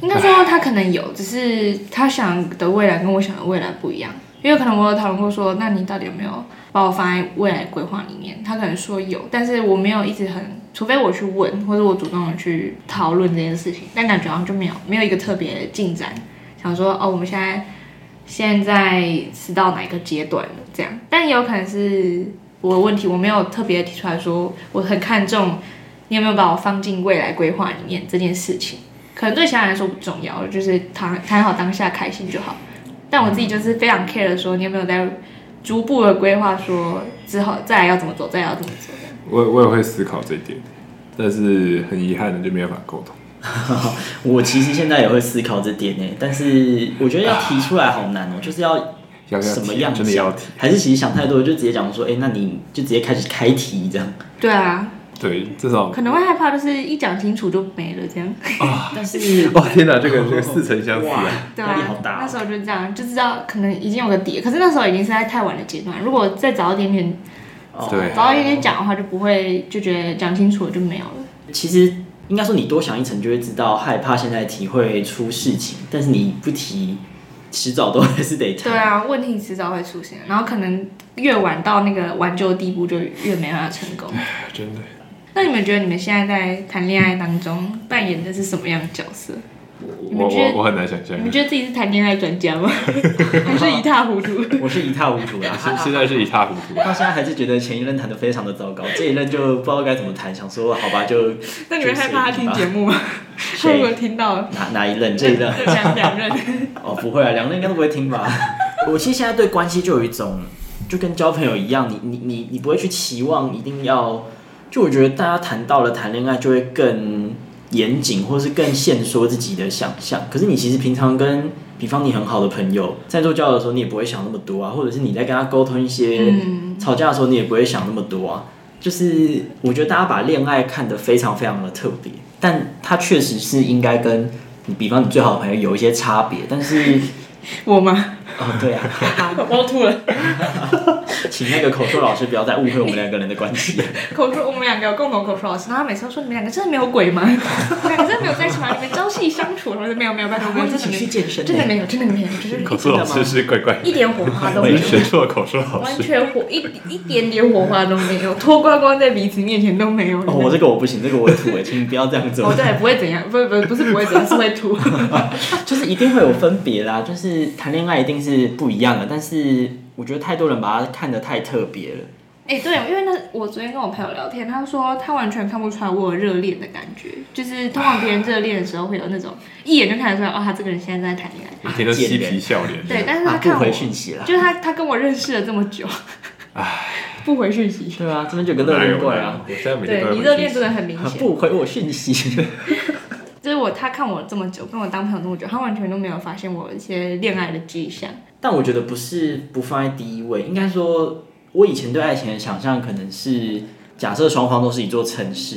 Speaker 2: 应该说他可能有，只是他想的未来跟我想的未来不一样。因为可能我有讨论过说，那你到底有没有把我放在未来规划里面？他可能说有，但是我没有一直很，除非我去问，或者我主动的去讨论这件事情，但感觉好像就没有没有一个特别的进展。想说哦，我们现在现在是到哪个阶段了？这样，但也有可能是我的问题，我没有特别提出来说我很看重你有没有把我放进未来规划里面这件事情。可能对其他人来说不重要，就是谈谈好当下开心就好。但我自己就是非常 care 的说，你有没有在逐步的规划说之后再来要怎么走，再来要怎么走这样。
Speaker 1: 我我也会思考这一点，但是很遗憾的就没办法沟通。
Speaker 3: 我其实现在也会思考这点呢，欸但是我觉得要提出来好难哦、就是要
Speaker 1: 要不要
Speaker 3: 什么
Speaker 1: 提
Speaker 3: 样
Speaker 1: 真的要
Speaker 3: 想
Speaker 1: 提？，
Speaker 3: 还是其实想太多，就直接讲说，哎、那你就直接开始开题这样。
Speaker 2: 对啊，
Speaker 1: 对，至少
Speaker 2: 可能会害怕，就是一讲清楚就没了这样。
Speaker 3: 但是
Speaker 1: 哇，天哪，这个这个似曾相识
Speaker 3: 哇
Speaker 1: 啊！
Speaker 2: 对
Speaker 3: 压
Speaker 2: 啊
Speaker 3: 力好，大
Speaker 2: 那
Speaker 3: 哦、
Speaker 2: 时候就这样，就知道可能已经有个底，可是那时候已经是在太晚的阶段。如果再早一点点，
Speaker 3: 哦
Speaker 1: 对
Speaker 2: 早一点点讲的话，就不会就觉得讲清楚了就没有了。
Speaker 3: 其实应该说你多想一层就会知道，害怕现在提会出事情，但是你不提，迟早都还是得
Speaker 2: 对
Speaker 3: 谈。
Speaker 2: 啊，问题迟早会出现，然后可能越晚到那个挽救的地步，就越没办法成功。
Speaker 1: 真的，
Speaker 2: 那你们觉得你们现在在谈恋爱当中扮演的是什么样的角色？你
Speaker 1: 我
Speaker 2: 们觉
Speaker 1: 我
Speaker 2: 得
Speaker 1: 我很难想象
Speaker 2: 你。们觉得自己是谈恋爱专家吗？还是一塌糊
Speaker 3: <laughs>
Speaker 2: 涂？
Speaker 3: 我是一塌糊涂啦，
Speaker 1: 现现在是一塌糊涂。
Speaker 3: 到现在还是觉得前一任谈的非常的糟糕，这一任就不知道该怎么谈，想说好吧，就
Speaker 2: 那你们害怕他听节目吗？他如果
Speaker 3: <laughs> 谁
Speaker 2: 听到了，
Speaker 3: 哪哪一任这一 <laughs> 任
Speaker 2: <laughs> 这两两任，
Speaker 3: 哦，不会啊，两任应该都不会听吧？我其实现在对关系就有一种，就跟交朋友一样，你你你你不会去期望一定要，就我觉得大家谈到了谈恋爱就会更严谨，或是更限缩自己的想象。可是你其实平常跟，比方你很好的朋友在做交流的时候，你也不会想那么多啊，或者是你在跟他沟通一些
Speaker 2: 嗯
Speaker 3: 吵架的时候，你也不会想那么多啊。就是我觉得大家把恋爱看得非常非常的特别，但它确实是应该跟你，比方你最好的朋友有一些差别，
Speaker 2: <laughs>
Speaker 3: 但是
Speaker 2: <laughs> 我吗？
Speaker 3: 哦，对啊， <laughs>
Speaker 2: 我吐了。
Speaker 3: 请那个口述老师不要再误会我们两个人的关系。
Speaker 2: 口述，我们两个有共同口述老师，然后他每次都说你们两个真的没有鬼吗？你们两个真的没有在一起吗？你们朝夕相处？我说没有没有，拜托 <laughs> 没有，
Speaker 3: <laughs> 一
Speaker 2: 真的
Speaker 3: 起
Speaker 2: 没
Speaker 3: 去
Speaker 2: 有，
Speaker 3: 健身、
Speaker 2: 真的没有，真的没有，就是
Speaker 1: 口述老师是怪怪
Speaker 2: 一点火花都
Speaker 1: 的，
Speaker 2: 没
Speaker 1: 你
Speaker 2: 有。
Speaker 1: 选错了口述老
Speaker 2: 完
Speaker 1: 师。
Speaker 2: 全火一一点点火花都没有，脱光光在彼此面前都没有。
Speaker 3: 哦，我这个我不行，这个我会吐哎，请你不要这样
Speaker 2: <laughs>
Speaker 3: 做
Speaker 2: 哦，。对，不会怎样，不不不是不会怎样，是会
Speaker 3: <laughs>
Speaker 2: 吐。
Speaker 3: 就是一定会有分别啦，就是谈恋爱一定是不一样的，但是我觉得太多人把它看得太特别了。
Speaker 2: 哎、对，因为那我昨天跟我朋友聊天，他说他完全看不出来我有热恋的感觉，就是通常别人热恋的时候会有那种一眼就看得出来，哦，他这个人现在在谈恋
Speaker 3: 嗯
Speaker 2: 爱。
Speaker 1: 每天都嬉皮笑脸。
Speaker 2: 对，但是他
Speaker 3: 啊，
Speaker 2: 看
Speaker 3: 不
Speaker 2: 我，
Speaker 3: 回讯息啦。
Speaker 2: 就是他他跟我认识了这么久，不回讯息。
Speaker 3: 对啊，这边就有个乐
Speaker 1: 哪有
Speaker 3: 人怪啊，！
Speaker 1: 我现在每天都
Speaker 2: 对
Speaker 1: 在
Speaker 2: 你
Speaker 1: 回
Speaker 2: 热
Speaker 1: 讯
Speaker 2: 恋
Speaker 1: 息
Speaker 2: 真的很明显，
Speaker 3: <laughs> 不回我讯息。 <laughs>
Speaker 2: 就是我他看我这么久，跟我当朋友这么久，他完全都没有发现我一些恋爱的迹象。
Speaker 3: 但我觉得不是不放在第一位，应该说，我以前对爱情的想象可能是假设双方都是一座城市，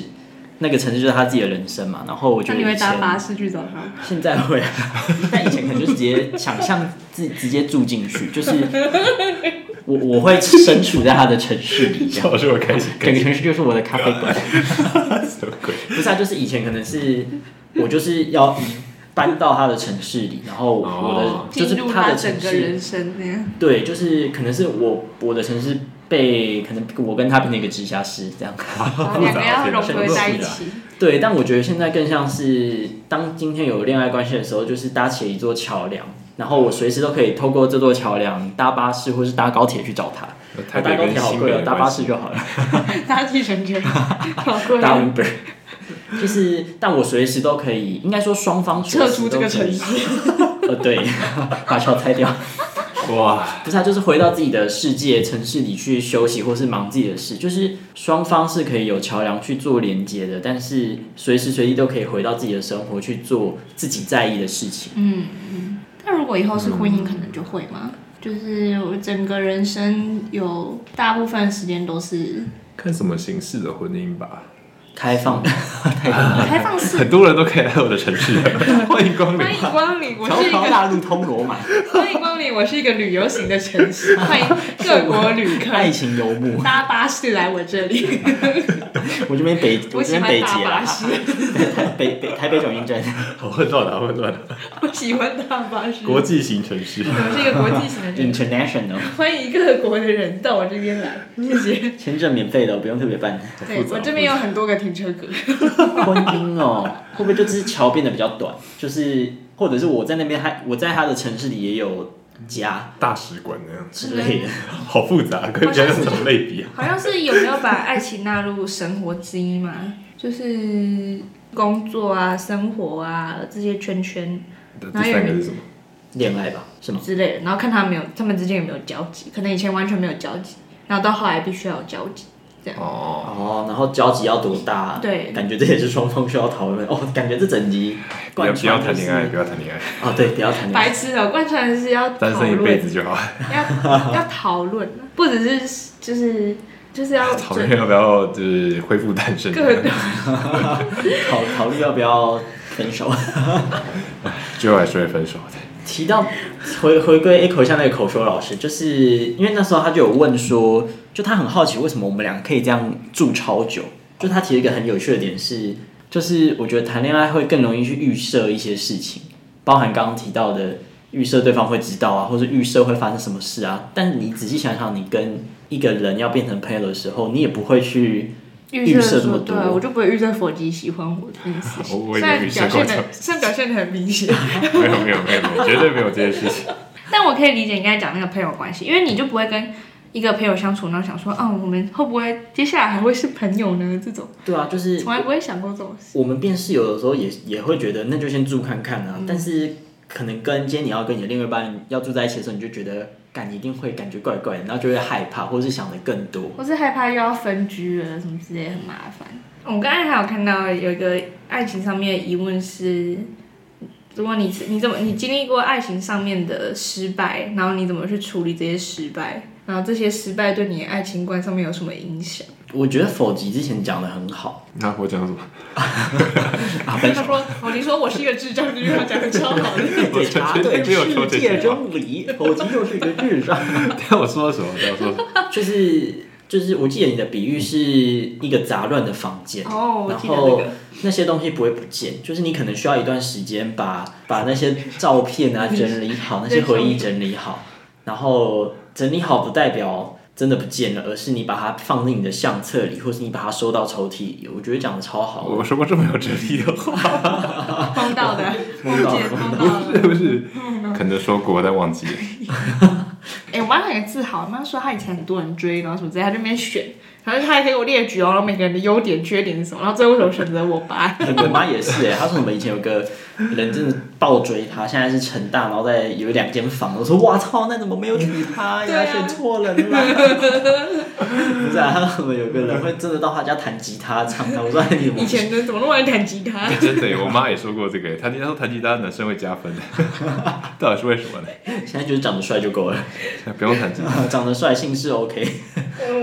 Speaker 3: 那个城市就是他自己的人生嘛。然后我
Speaker 2: 那
Speaker 3: 觉得
Speaker 2: 你会
Speaker 3: 以
Speaker 2: 搭巴士
Speaker 3: 前
Speaker 2: 去找他吗？
Speaker 3: 现在 <laughs> 会啊，但以前可能就是直接想象自直接住进去，就是我我会身处在他的城市里，这样
Speaker 1: 笑是我开心，
Speaker 3: 整个城市就是我的咖啡馆。
Speaker 1: 什么鬼？
Speaker 3: 不是啊，就是以前可能是我就是要移搬到他的城市里，然后我的、
Speaker 1: 哦
Speaker 3: 就是
Speaker 2: 进入
Speaker 3: 的城
Speaker 2: 整个
Speaker 3: 市
Speaker 2: 人生那
Speaker 3: <laughs>
Speaker 2: 样。
Speaker 3: 对，就是可能是我我的城市被可能我跟他变成一个直辖市这 <laughs> 样。
Speaker 2: 然后两个要融合在一起，
Speaker 3: 对，但我觉得现在更像是当今天有恋爱关系的时候，就是搭起一座桥梁，然后我随时都可以透过这座桥梁搭巴士或是搭高铁去找他。
Speaker 1: 台
Speaker 3: 搭
Speaker 1: 北
Speaker 3: 高铁
Speaker 1: 跟
Speaker 3: 好
Speaker 1: 新
Speaker 3: 贵
Speaker 1: 北
Speaker 3: 哦，
Speaker 1: 的
Speaker 3: 搭巴
Speaker 1: 关
Speaker 3: 士
Speaker 1: 系
Speaker 3: 就
Speaker 1: <laughs>
Speaker 3: 好了，
Speaker 2: <laughs> 搭计程
Speaker 3: <laughs>
Speaker 2: 车，好贵
Speaker 3: 搭
Speaker 2: 哦，
Speaker 3: Uber。就是， <laughs> 但我随时都可以，应该说双方
Speaker 2: <laughs>
Speaker 3: 随
Speaker 2: 撤
Speaker 3: 时
Speaker 2: 出这
Speaker 3: 都可
Speaker 2: 个
Speaker 3: 以
Speaker 2: 城。
Speaker 3: <laughs>
Speaker 2: 市。
Speaker 3: 呃，对，把桥拆掉。
Speaker 1: 哇，
Speaker 3: 不是、啊，就是回到自己的世界、城市里去休息，或是忙自己的事。就是双方是可以有桥梁去做连接的，但是随时随地都可以回到自己的生活去做自己在意的事情。
Speaker 2: 嗯嗯，但如果以后是婚
Speaker 3: 嗯
Speaker 2: 姻，可能就会吗？就是我整个人生有大部分时间都是
Speaker 3: <laughs>
Speaker 1: 看什么形式的婚姻吧？
Speaker 3: 开放，
Speaker 2: 开放式。
Speaker 1: 很多人都可以来我的城市， <laughs> 欢迎光临
Speaker 2: 欢。迎光临，我
Speaker 3: 条
Speaker 2: 是一
Speaker 3: 条
Speaker 2: 个
Speaker 3: 大路通罗马，
Speaker 2: <laughs> 欢迎光临，我是一个旅游型的城
Speaker 3: <laughs>
Speaker 2: 市，欢迎各国旅客
Speaker 3: 爱情游牧。
Speaker 2: 搭巴士来我这里。
Speaker 3: 我这边北，
Speaker 2: <laughs> 我喜
Speaker 3: 这边
Speaker 2: 欢
Speaker 3: 北
Speaker 2: 搭
Speaker 3: 捷啊
Speaker 2: 巴
Speaker 3: 啦，
Speaker 2: 士，
Speaker 3: 台北北台北转运站。
Speaker 2: <laughs>
Speaker 1: 好混乱啊，混乱啊！
Speaker 2: 我喜欢搭巴士。
Speaker 1: 国际型城市，
Speaker 2: 我是一个国际型的
Speaker 3: 嗯
Speaker 2: 人，
Speaker 3: International
Speaker 2: 欢迎各国的人到我这边来，谢
Speaker 3: <laughs>
Speaker 2: 谢。
Speaker 3: 签证免费的，哦不用特别办。
Speaker 2: 对我这边有很多个停车格，
Speaker 3: 婚姻哦，会不会就只是桥变得比较短？就是或者是我在那边还我在他的城市里也有家
Speaker 1: 大使馆那样，
Speaker 3: 之类的。
Speaker 1: 好复杂，可以不要用这种类比啊。
Speaker 2: 好像是有没有把爱情纳入生活之一嘛？就是工作啊、生活啊这些圈圈
Speaker 1: 第三个是什么？
Speaker 3: 恋爱吧，是吗？
Speaker 2: 之类的，然后看他没有，他们之间有没有交集，可能以前完全没有交集，然后到后来必须要有交集。
Speaker 1: 哦，
Speaker 3: 哦，然后交集要多大？
Speaker 2: 对
Speaker 3: 感觉这也是双方需要讨论。哦，感觉这整集
Speaker 1: 不要
Speaker 3: 贯
Speaker 1: 不要
Speaker 3: 穿
Speaker 1: 谈
Speaker 3: 就是
Speaker 1: 恋爱，不要谈恋爱，
Speaker 3: 哦，对，不要谈恋爱。
Speaker 2: 白痴哦、贯穿是要讨
Speaker 1: 单身一辈
Speaker 2: 论，
Speaker 1: 子就好。
Speaker 2: 要要讨论，不只是就是就是要
Speaker 1: 讨论要不要就是恢复单
Speaker 2: <laughs>
Speaker 1: 身？
Speaker 2: 各种
Speaker 3: 考考虑要不要分手。
Speaker 1: 最后还是会分手的。
Speaker 3: 提到回回归 echo 一下那个口说老师，就是因为那时候他就有问说，就他很好奇为什么我们俩可以这样住超久。就他提了一个很有趣的点是，就是我觉得谈恋爱会更容易去预设一些事情，包含刚刚提到的预设对方会知道啊，或者预设会发生什么事啊。但你仔细想想，你跟一个人要变成朋友的时候，你也不会去
Speaker 2: 预
Speaker 3: 设
Speaker 2: 设
Speaker 3: 这么
Speaker 2: 说，
Speaker 3: 多
Speaker 2: 对我就不会预设佛吉喜欢我这件事情
Speaker 1: 我我
Speaker 2: 虽
Speaker 1: 也没
Speaker 2: 然
Speaker 1: 预
Speaker 2: 表
Speaker 1: 设过
Speaker 2: 现
Speaker 1: 这
Speaker 2: 的，虽然表现的很明显，
Speaker 1: 没有没有没有没有，绝对没有这件事情。
Speaker 2: 但我可以理解你刚才讲那个朋友关系，因为你就不会跟一个朋友相处，然后想说，啊，我们会不会接下来还会是朋友呢？这种
Speaker 3: 对啊，就是
Speaker 2: 从来不会想过这种事。
Speaker 3: 我们变室友的时候也也会觉得，那就先住看看啊。但是可能跟今天你要跟你的另外一半要住在一起的时候，你就觉得，感一定会感觉怪怪的，然后就会害怕，或是想的更多。
Speaker 2: 我是害怕又要分居了，什么之类很麻烦。我刚才还有看到有一个爱情上面的疑问是，如果你你怎么你经历过爱情上面的失败，然后你怎么去处理这些失败，然后这些失败对你的爱情观上面有什么影响？
Speaker 3: 我觉得否极之前讲的很
Speaker 1: <laughs>
Speaker 3: 好
Speaker 1: 那、我讲什么？
Speaker 3: 啊，分
Speaker 2: 他
Speaker 3: 手。
Speaker 2: 说：“哦，你说我是一个智障，这句话讲的超好的。
Speaker 3: 解答对
Speaker 1: 没有说
Speaker 3: 世
Speaker 1: 这
Speaker 3: 界
Speaker 1: 句话。
Speaker 3: 真理，否极又是一个智障。
Speaker 1: 但我说什么？但我说什么？
Speaker 2: <laughs>
Speaker 3: 就是就是，我记得你的比喻是一个杂乱的房间”，
Speaker 2: 哦，我
Speaker 3: 然
Speaker 2: 记得那
Speaker 3: 后
Speaker 2: 个。
Speaker 3: 那些东西不会不见，就是你可能需要一段时间把把那些照片啊整理好，那些回忆整理好，
Speaker 2: 嗯
Speaker 3: 然后整理好不代表真的不见了，而是你把它放进你的相册里，或是你把它收到抽屉里。我觉得讲的超好，
Speaker 1: 我说过这么有哲理的话？
Speaker 2: 梦到 <laughs> 的，梦见梦到
Speaker 1: 是
Speaker 2: <laughs> 的。
Speaker 1: 不是？可能说过，但忘记了。
Speaker 2: 哎、我妈很自豪，我妈说她以前很多人追，然后什么之类，她就在那边选，然后她还给我列举哦，然后每个人的优点、缺点是什么，然后最后为什么选择我 <laughs> 爸？
Speaker 3: <laughs> 我妈也是哎、她说我们以前有个人真的暴追她，现在是成大，然后在有两间房，我说哇操，那怎么没有娶她
Speaker 2: 对啊
Speaker 3: 呀？选错人啦！ <laughs> 不是啊，我们有个人会真的到她家弹吉他唱她，我说哎你怎么
Speaker 2: 以前的怎么那么爱弹吉他？
Speaker 1: 真的耶，我妈也说过这个耶。弹吉他说弹吉他男生会加分，到底是为什么呢？
Speaker 3: 现在就是长得帅就够了， <laughs>
Speaker 1: 不用弹吉他，
Speaker 3: 长得帅姓氏 OK，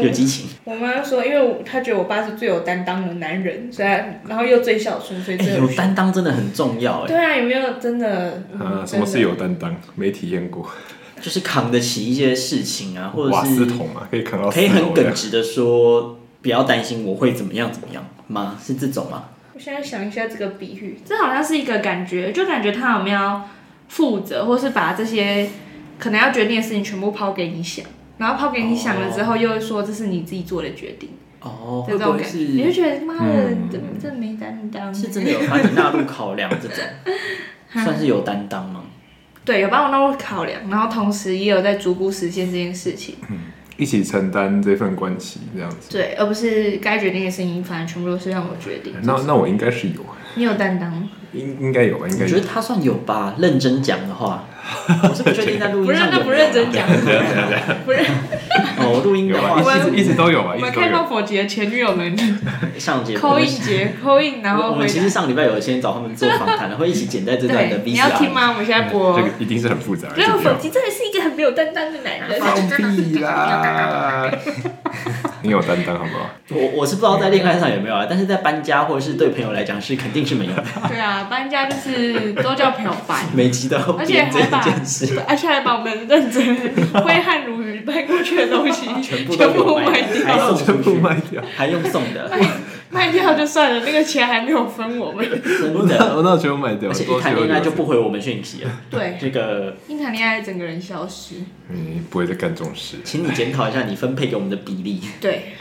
Speaker 3: 有激情。
Speaker 2: 我妈说，因为她觉得我爸是最有担当的男人，所以然后又最孝顺，所以
Speaker 3: 哎、有担当真的很重要哎、
Speaker 2: 对啊，有没有真的？嗯
Speaker 1: 啊，什么是有担当？没体验过。
Speaker 3: 就是扛得起一些事情啊，或
Speaker 1: 瓦
Speaker 3: 者
Speaker 1: 斯
Speaker 3: 是
Speaker 1: 桶嘛，可以扛到
Speaker 3: 可
Speaker 1: 四
Speaker 3: 以
Speaker 1: 楼
Speaker 3: 很
Speaker 1: 这
Speaker 3: 耿
Speaker 1: 样。
Speaker 3: 直的说，不要担心我会怎么样怎么样吗？是这种吗？
Speaker 2: 我现在想一下这个比喻，这好像是一个感觉，就感觉他有没有负责，或是把这些可能要决定的事情全部抛给你想，然后抛给你想了之后，又说这是你自己做的决定，
Speaker 3: 哦，
Speaker 2: 这
Speaker 3: 会不
Speaker 2: 种
Speaker 3: 会
Speaker 2: 感觉，你就是觉得妈的
Speaker 1: 嗯，
Speaker 2: 这这没担当。
Speaker 3: 是真的有把你纳入考量这
Speaker 2: <laughs>
Speaker 3: 种，算是有担当吗？
Speaker 2: 对，有帮我纳入考量，然后同时也有在逐步实现这件事情，
Speaker 1: 一起承担这份关系，这样子。
Speaker 2: 对，而不是该决定的事情，反正全部都是让我决定。
Speaker 1: 那那我应该是有，
Speaker 2: 你有担当吗，
Speaker 1: 应应该有吧？应
Speaker 3: 我
Speaker 1: 该
Speaker 3: 觉
Speaker 1: 有
Speaker 3: 得。他算有吧，认真讲
Speaker 1: <laughs>
Speaker 3: 的话，我是不确定在录
Speaker 2: 不认
Speaker 3: 音上
Speaker 2: 那 <laughs>
Speaker 3: 有
Speaker 2: 不认真
Speaker 3: 没有
Speaker 2: 讲
Speaker 3: 啊，，
Speaker 1: 对啊对啊对啊
Speaker 2: 不认。
Speaker 3: 哦，录音的
Speaker 1: 有啊
Speaker 3: 话
Speaker 1: 吧，一直一直都有吧，
Speaker 2: 我
Speaker 1: 一
Speaker 2: 们
Speaker 1: 直都
Speaker 2: 开
Speaker 1: 有。
Speaker 2: 放佛节前女友们 <laughs>
Speaker 3: 上节目
Speaker 2: 扣印节扣印，然
Speaker 3: 我
Speaker 2: 后
Speaker 3: 我们
Speaker 2: 回
Speaker 3: 其
Speaker 2: 答
Speaker 3: 实。上礼拜有先找他们做访谈，然后一起剪在这段的
Speaker 2: 对，你要听
Speaker 3: VCR。
Speaker 2: 吗？我现在播。
Speaker 1: 这个一定是很复杂的。
Speaker 2: 对啊，
Speaker 1: 这个
Speaker 2: 粉吉真的是一个很没有担当的男人。
Speaker 1: 放屁啦！你有担当好不好？
Speaker 3: 我我是不知道在恋爱上有没有啊，但是在搬家或者是对朋友来讲是肯定是没有的，
Speaker 2: 对啊，搬家就是都叫朋友搬，
Speaker 3: 每集都要
Speaker 2: 而且
Speaker 3: 变这
Speaker 2: 还把
Speaker 3: 件
Speaker 2: <laughs>
Speaker 3: 事。
Speaker 2: 而且啊还把我们认真 <laughs> 挥汗如雨搬过去的东西 <laughs> 全
Speaker 3: 部都有
Speaker 2: 卖
Speaker 3: 还
Speaker 2: 掉，
Speaker 3: 送出去
Speaker 1: 全部卖掉。
Speaker 3: 还用送
Speaker 1: <laughs>
Speaker 3: 的，
Speaker 2: 卖掉就算了，那个钱还没有分我们。
Speaker 1: 我
Speaker 3: 真
Speaker 1: 哪
Speaker 3: 的，
Speaker 1: 我哪有全部卖掉？
Speaker 3: 而且一谈恋爱就不回我们讯息了。
Speaker 2: 对，
Speaker 3: 这个，
Speaker 2: 一谈恋爱整个人消失。
Speaker 1: 你不会再干这种事。
Speaker 3: 请你检讨一下你分配给我们的比例。
Speaker 2: 对，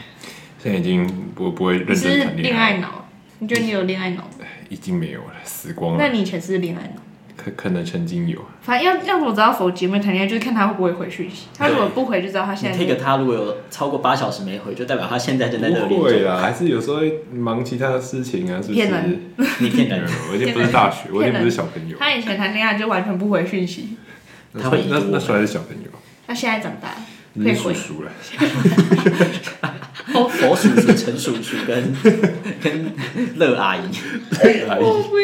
Speaker 1: 现在已经不不会认
Speaker 2: 你是
Speaker 1: 真谈
Speaker 2: 恋
Speaker 1: 恋
Speaker 2: 爱
Speaker 1: 爱，
Speaker 2: 脑，你觉得你有恋爱脑吗？
Speaker 1: 已经没有了，死光
Speaker 2: 那
Speaker 1: 了。
Speaker 2: 你以前是恋爱脑。
Speaker 1: 可可能曾经有，
Speaker 2: 反正要要我知道否姐妹谈恋爱，就是看他会不会回讯息。他如果不回，就知道他
Speaker 3: 你
Speaker 2: 现在
Speaker 3: take 他如果有超过八小时没回，就代表他现在正在热恋
Speaker 1: 不会
Speaker 3: 中。
Speaker 1: 啦，还是有时候会忙其他的事情啊，是不
Speaker 2: 骗
Speaker 1: 是
Speaker 2: 人？
Speaker 3: 你骗
Speaker 1: 没有 <laughs>
Speaker 3: 人，
Speaker 1: 我已经不是大学，我已
Speaker 2: 骗人
Speaker 1: 经不是小朋友，
Speaker 2: 他以前谈恋爱就完全不回讯息，
Speaker 1: 那
Speaker 3: 他会
Speaker 1: 那
Speaker 3: 遗毒
Speaker 1: 那时候还是小朋友，
Speaker 2: 他现在长大了，
Speaker 1: 已
Speaker 2: 可
Speaker 1: 经
Speaker 2: 以
Speaker 1: 叔
Speaker 2: 回。
Speaker 1: 叔了。
Speaker 3: 佛叔叔、陈叔叔跟 <laughs> 跟乐阿姨，
Speaker 2: <laughs> 我不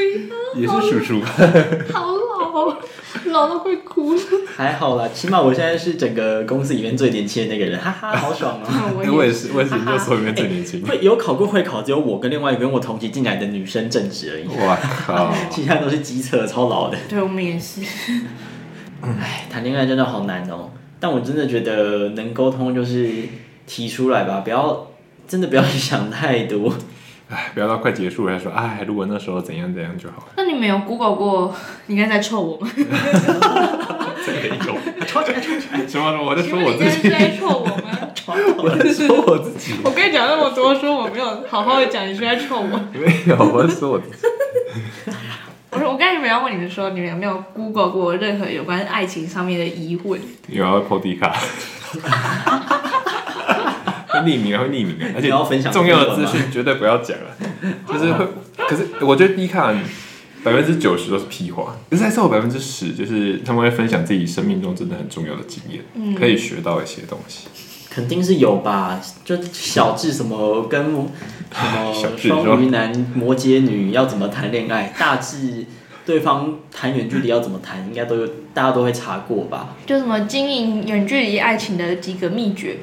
Speaker 1: 也是叔叔吧，
Speaker 2: 要，好老哦，老到会哭。
Speaker 3: 还好啦，起码我现在是整个公司里面最年轻的那个人，哈 <laughs> 哈，好爽
Speaker 1: <laughs>
Speaker 3: 哦、
Speaker 1: 我也是，我也是
Speaker 2: 哈
Speaker 1: 研
Speaker 2: 哈
Speaker 1: 究所里面最年轻。
Speaker 3: 会有考过会考，只有我跟另外一个跟我同级进来的女生正职而已，
Speaker 1: <laughs> 哇靠！
Speaker 3: 其他都是机测，超老的。
Speaker 2: 对，我们也是。
Speaker 3: 唉，谈恋爱真的好难哦、但我真的觉得能沟通就是提出来吧，不要真的不要想太多。
Speaker 1: 哎，不要到快结束了还说，哎，如果那时候怎样怎样就好了。
Speaker 2: 那你们有 Google 过你刚才在臭我吗？
Speaker 1: 没 <laughs> 有，什么什么？我在说我
Speaker 2: 你
Speaker 1: 自
Speaker 2: 刚才是
Speaker 1: 己，
Speaker 2: 在臭我
Speaker 1: <laughs>
Speaker 2: 吗？
Speaker 1: 我在说我自己，
Speaker 2: 我跟你讲那么多，说我没有好好的讲，你是在臭我。
Speaker 1: 没有，我在说我自己。
Speaker 2: <laughs> 我说我刚才没有问你们说，你们有没有 Google 过任何有关爱情上面的疑问？
Speaker 1: 有要破地卡，会匿名啊，会匿
Speaker 3: <laughs>
Speaker 1: 名啊，而且
Speaker 3: 你要分享
Speaker 1: 重要的
Speaker 3: 这
Speaker 1: 资
Speaker 3: 个吗
Speaker 1: 讯绝对不要讲
Speaker 3: <laughs>
Speaker 1: 啊，就是会，可是我觉得 D 卡百分之九十都是屁话，可是还是有百分之十，就是他们会分享自己生命中真的很重要的经验，可以学到一些东西。
Speaker 3: <laughs> 肯定是有吧，就小智什么跟
Speaker 1: 小
Speaker 3: 什么
Speaker 1: 智说
Speaker 3: 双鱼男、摩羯女要怎么谈
Speaker 1: <laughs>
Speaker 3: 恋爱，大致对方谈远距离要怎么谈，应该都有大家都会查过吧。
Speaker 2: 就什么经营远距离爱情的几个秘诀，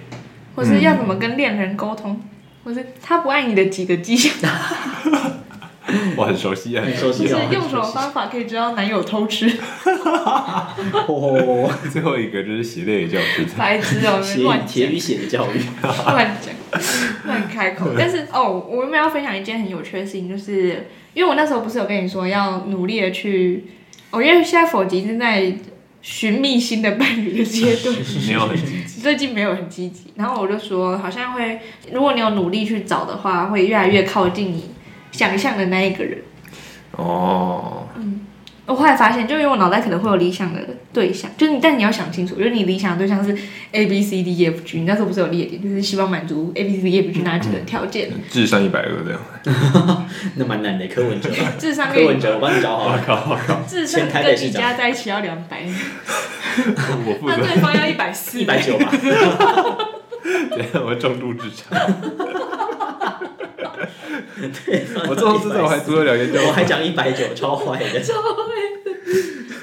Speaker 2: 或是要怎么跟恋人沟通，或是他不爱你的几个迹象，
Speaker 1: <laughs> 我很熟悉，啊很
Speaker 3: 很熟
Speaker 2: 就
Speaker 3: 悉
Speaker 2: 是
Speaker 3: 哦
Speaker 2: 用什么方法可以知道男友偷吃， <laughs>
Speaker 3: 哦，
Speaker 1: 最后一个就是血泪的教
Speaker 3: <laughs>
Speaker 1: 训，
Speaker 2: 白痴
Speaker 1: <laughs>
Speaker 2: 哦，
Speaker 3: 血
Speaker 2: 乱
Speaker 3: 与
Speaker 2: 讲
Speaker 3: 铁与血的教育，
Speaker 2: 乱讲，乱开口。但是哦，我们要分享一件很有趣的事情，就是因为我那时候不是有跟你说要努力的去，哦，因为现在否极正在寻觅新的伴侣的阶段，
Speaker 1: 没有很积
Speaker 3: <laughs>
Speaker 1: 极。
Speaker 2: 最近没有很积极。然后我就说，好像会，如果你有努力去找的话，会越来越靠近你想象的那一个人。
Speaker 1: 哦，
Speaker 2: 我后来发现，就因为我脑袋可能会有理想的对象，就是你，但你要想清楚，就是你理想的对象是 A B C D E F G，你那时候不是有列点，就是希望满足 A B C D E F G 哪几个条件？
Speaker 1: 智商一百二这
Speaker 3: <laughs>
Speaker 1: 样，
Speaker 3: 那蛮难的。柯文哲，
Speaker 2: 智商
Speaker 3: 柯
Speaker 2: 跟
Speaker 3: 文
Speaker 2: 你
Speaker 3: 哲，我帮你
Speaker 1: <laughs>
Speaker 3: 找好了。
Speaker 2: 智商跟你加在一起要两百，
Speaker 1: 我负
Speaker 2: 那
Speaker 1: 责
Speaker 2: 对方要一百四，
Speaker 3: 一百九吧，
Speaker 1: 等一下 <laughs> 我重度智
Speaker 3: <laughs>
Speaker 1: 商，我
Speaker 3: 我
Speaker 1: 重度智 <laughs> 商我还读得了
Speaker 3: <laughs>
Speaker 1: 研究
Speaker 3: 我还讲一百九，超坏的。
Speaker 1: <laughs>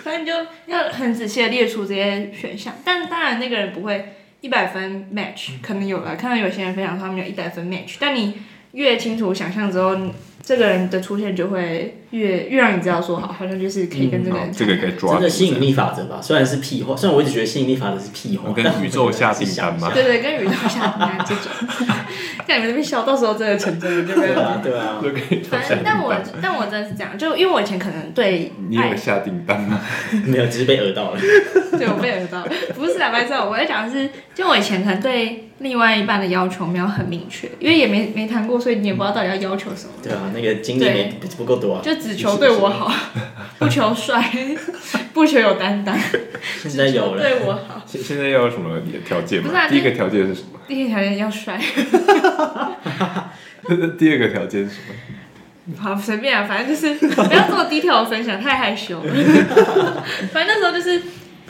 Speaker 2: 反正就要很仔细的列出这些选项。但当然，那个人不会一百分
Speaker 3: 嗯
Speaker 2: match，可能有了。看到有些人分享说他们有一百分 match，但你越清楚想象之后，你这个人的出现就会越越让你知道说，好，好像就是可以跟这个
Speaker 1: 好
Speaker 3: 嗯
Speaker 2: 人、
Speaker 1: 这个该抓
Speaker 3: 真
Speaker 1: 住
Speaker 3: 的吸引力法则吧，虽然是屁话，虽然我一直觉得吸引力法则是屁话
Speaker 1: 我，跟
Speaker 3: 但
Speaker 1: 宇宙下订单吗 <laughs>
Speaker 2: 对对，跟宇宙下订单这种，
Speaker 3: <laughs>
Speaker 2: 像你们这边笑，到时候真的成真了，对不
Speaker 3: 对
Speaker 2: 对？
Speaker 3: <laughs> 啊，对啊，
Speaker 1: 就可以
Speaker 2: 反正，但我哎但我真的是这样，就因为我以前可能对
Speaker 1: 你
Speaker 2: 爱
Speaker 1: 有下订单吗？
Speaker 3: <laughs> 没有，只是被讹到了。
Speaker 2: <laughs> 对，我被耳到， <laughs> 不是啊，白痴啊！我在讲的是，就我以前可能对另外一半的要求没有很明确，因为也没没谈过，所以你也不知道到底要要求什么，
Speaker 3: 对啊，那个经历没不不够多啊。
Speaker 2: 就只求对我好， <laughs> 不求帅，不求有担当，
Speaker 3: 现在有了，
Speaker 2: 对我好。
Speaker 1: 现现在要有什么条件
Speaker 2: 不是啊
Speaker 1: 吗？第一个条件是什么？ <laughs>
Speaker 2: 第一条件要帅，
Speaker 1: 第二个条件是
Speaker 2: <laughs>
Speaker 1: 什么？
Speaker 2: 好随便啊，反正就是 <laughs> 不要这么低调的分享，太害羞了。反正那时候就是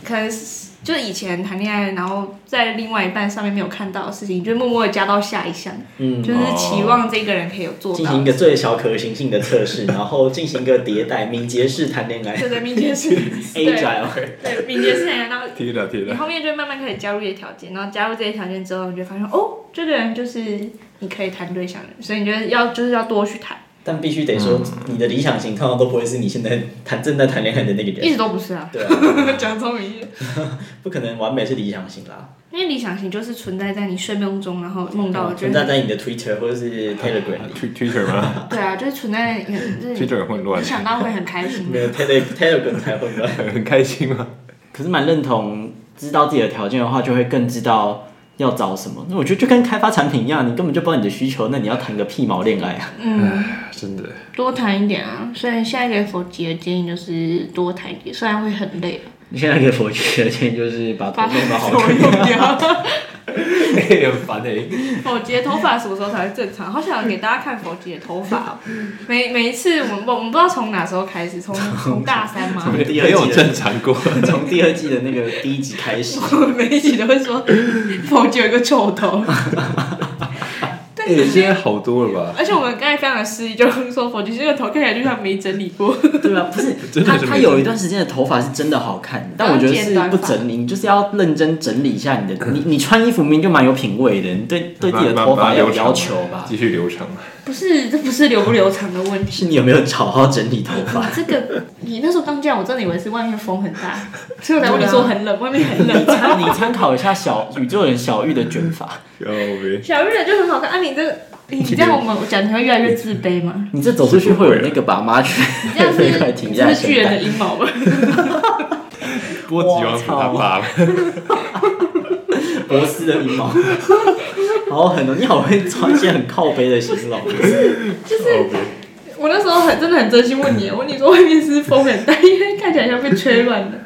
Speaker 2: 可能是就是以前谈恋爱，然后在另外一半上面没有看到的事情，就默默的加到下一项，
Speaker 3: 嗯，
Speaker 2: 就是期望这个人可以有做
Speaker 3: 进
Speaker 2: 到
Speaker 3: 行一。个最小可行性的
Speaker 2: <laughs>
Speaker 3: 测试，然后进行一个迭代，敏捷式谈恋爱
Speaker 2: 对对，敏捷
Speaker 3: <laughs>
Speaker 2: 式，对
Speaker 3: ，agile。
Speaker 2: 对，敏捷式谈恋爱，然后
Speaker 1: 贴的贴
Speaker 2: 你
Speaker 1: 的，
Speaker 2: 后面就会慢慢开始加入这些条件，然后加入这些条件之后，你就会发现哦，这个人就是你可以谈对象的人，所以你就要就是要多去谈，
Speaker 3: 但必须得说，你的理想型通常都不会是你现在谈正在谈恋爱的那个
Speaker 2: 一
Speaker 3: 人，
Speaker 2: 直都不是啊，
Speaker 3: 对啊，
Speaker 2: <laughs> 讲这么明显，
Speaker 3: 不可能完美是理想型啦。
Speaker 2: 因为理想型就是存在在你睡梦中，然后梦到，就
Speaker 3: 哦存
Speaker 2: 是
Speaker 3: 在在你的 Twitter 或者
Speaker 2: <laughs>
Speaker 3: 是 Telegram 里，
Speaker 1: 推 Twitter 啊吗
Speaker 2: 对啊，就是存在， <laughs> 就是
Speaker 1: ？Twitter 很混
Speaker 2: 你
Speaker 1: 乱，
Speaker 2: 想到会很开心
Speaker 3: 没。有 Tele Telegram 才混乱。
Speaker 1: 很开心吗？
Speaker 3: 可是蛮认同，知道自己的条件的话，就会更知道要找什么。那我觉得就跟开发产品一样，你根本就不知道你的需求，那你要谈个屁毛恋爱啊！
Speaker 2: 嗯，
Speaker 1: 真 <laughs> 的，
Speaker 2: 多谈一点啊。所以下一个佛吉的建议就是多谈一点，虽然会很累，啊
Speaker 3: 你现在给佛觉的建议就是把头
Speaker 2: 把
Speaker 3: 弄得好
Speaker 2: 头用掉。
Speaker 1: 很烦哎。
Speaker 2: <laughs> 佛吉的头发什么时候才会正常？好想给大家看佛吉的头发 <laughs> 哦、每每一次我们我们不知道从哪时候开 <laughs> 始，从从大三吗？
Speaker 1: 没
Speaker 3: 第二季
Speaker 1: 没有正常过，
Speaker 3: 从第二季的那个第一集开始，
Speaker 2: 我 <laughs> 们每一集都会说佛吉有一个臭 <laughs> 头，
Speaker 1: <laughs> 哎现在好多了吧？
Speaker 2: 而且我们刚才非常的失意，就是说佛吉这个头看起来就像没整理过。
Speaker 3: 对吧？不是
Speaker 1: 真的
Speaker 3: 他
Speaker 1: 是
Speaker 3: 他
Speaker 1: 没
Speaker 3: 有一段时间的头发是真的好看，但我觉得是不整理，你就是要认真整理一下你的。你你穿衣服明明就蛮有品味的，你对对自己的头发要有要求吧？
Speaker 1: 继续留长。
Speaker 2: <laughs> 不是，这不是留不留长的问 <laughs> 题。
Speaker 3: 是你有没有好好整理头发？
Speaker 2: 这个，你那时候刚进来，我真的以为是外面风很 <laughs> 大，所以我才问你说很冷，外面很冷。
Speaker 3: 参 <laughs> 你参考一下小宇宙人小玉的卷发，
Speaker 1: 要呗，
Speaker 2: 小日的就很好看啊！你这个，你这样我们讲，你会越来越自卑吗？
Speaker 3: 你这走出去会有那个爸妈去
Speaker 2: 你这样
Speaker 3: 那块
Speaker 2: 是
Speaker 3: 停
Speaker 2: 你
Speaker 3: 下
Speaker 2: 这
Speaker 3: <laughs> 来
Speaker 2: 是巨人的阴谋吧？
Speaker 1: 波吉王子他爸了，
Speaker 3: 博斯的羽毛，好狠哦！你好会抓一些很靠背的形容，
Speaker 1: 要呗。
Speaker 2: 我那时候很真的很真心问你，我问你说外面是风很大，因为看起来像被吹乱的，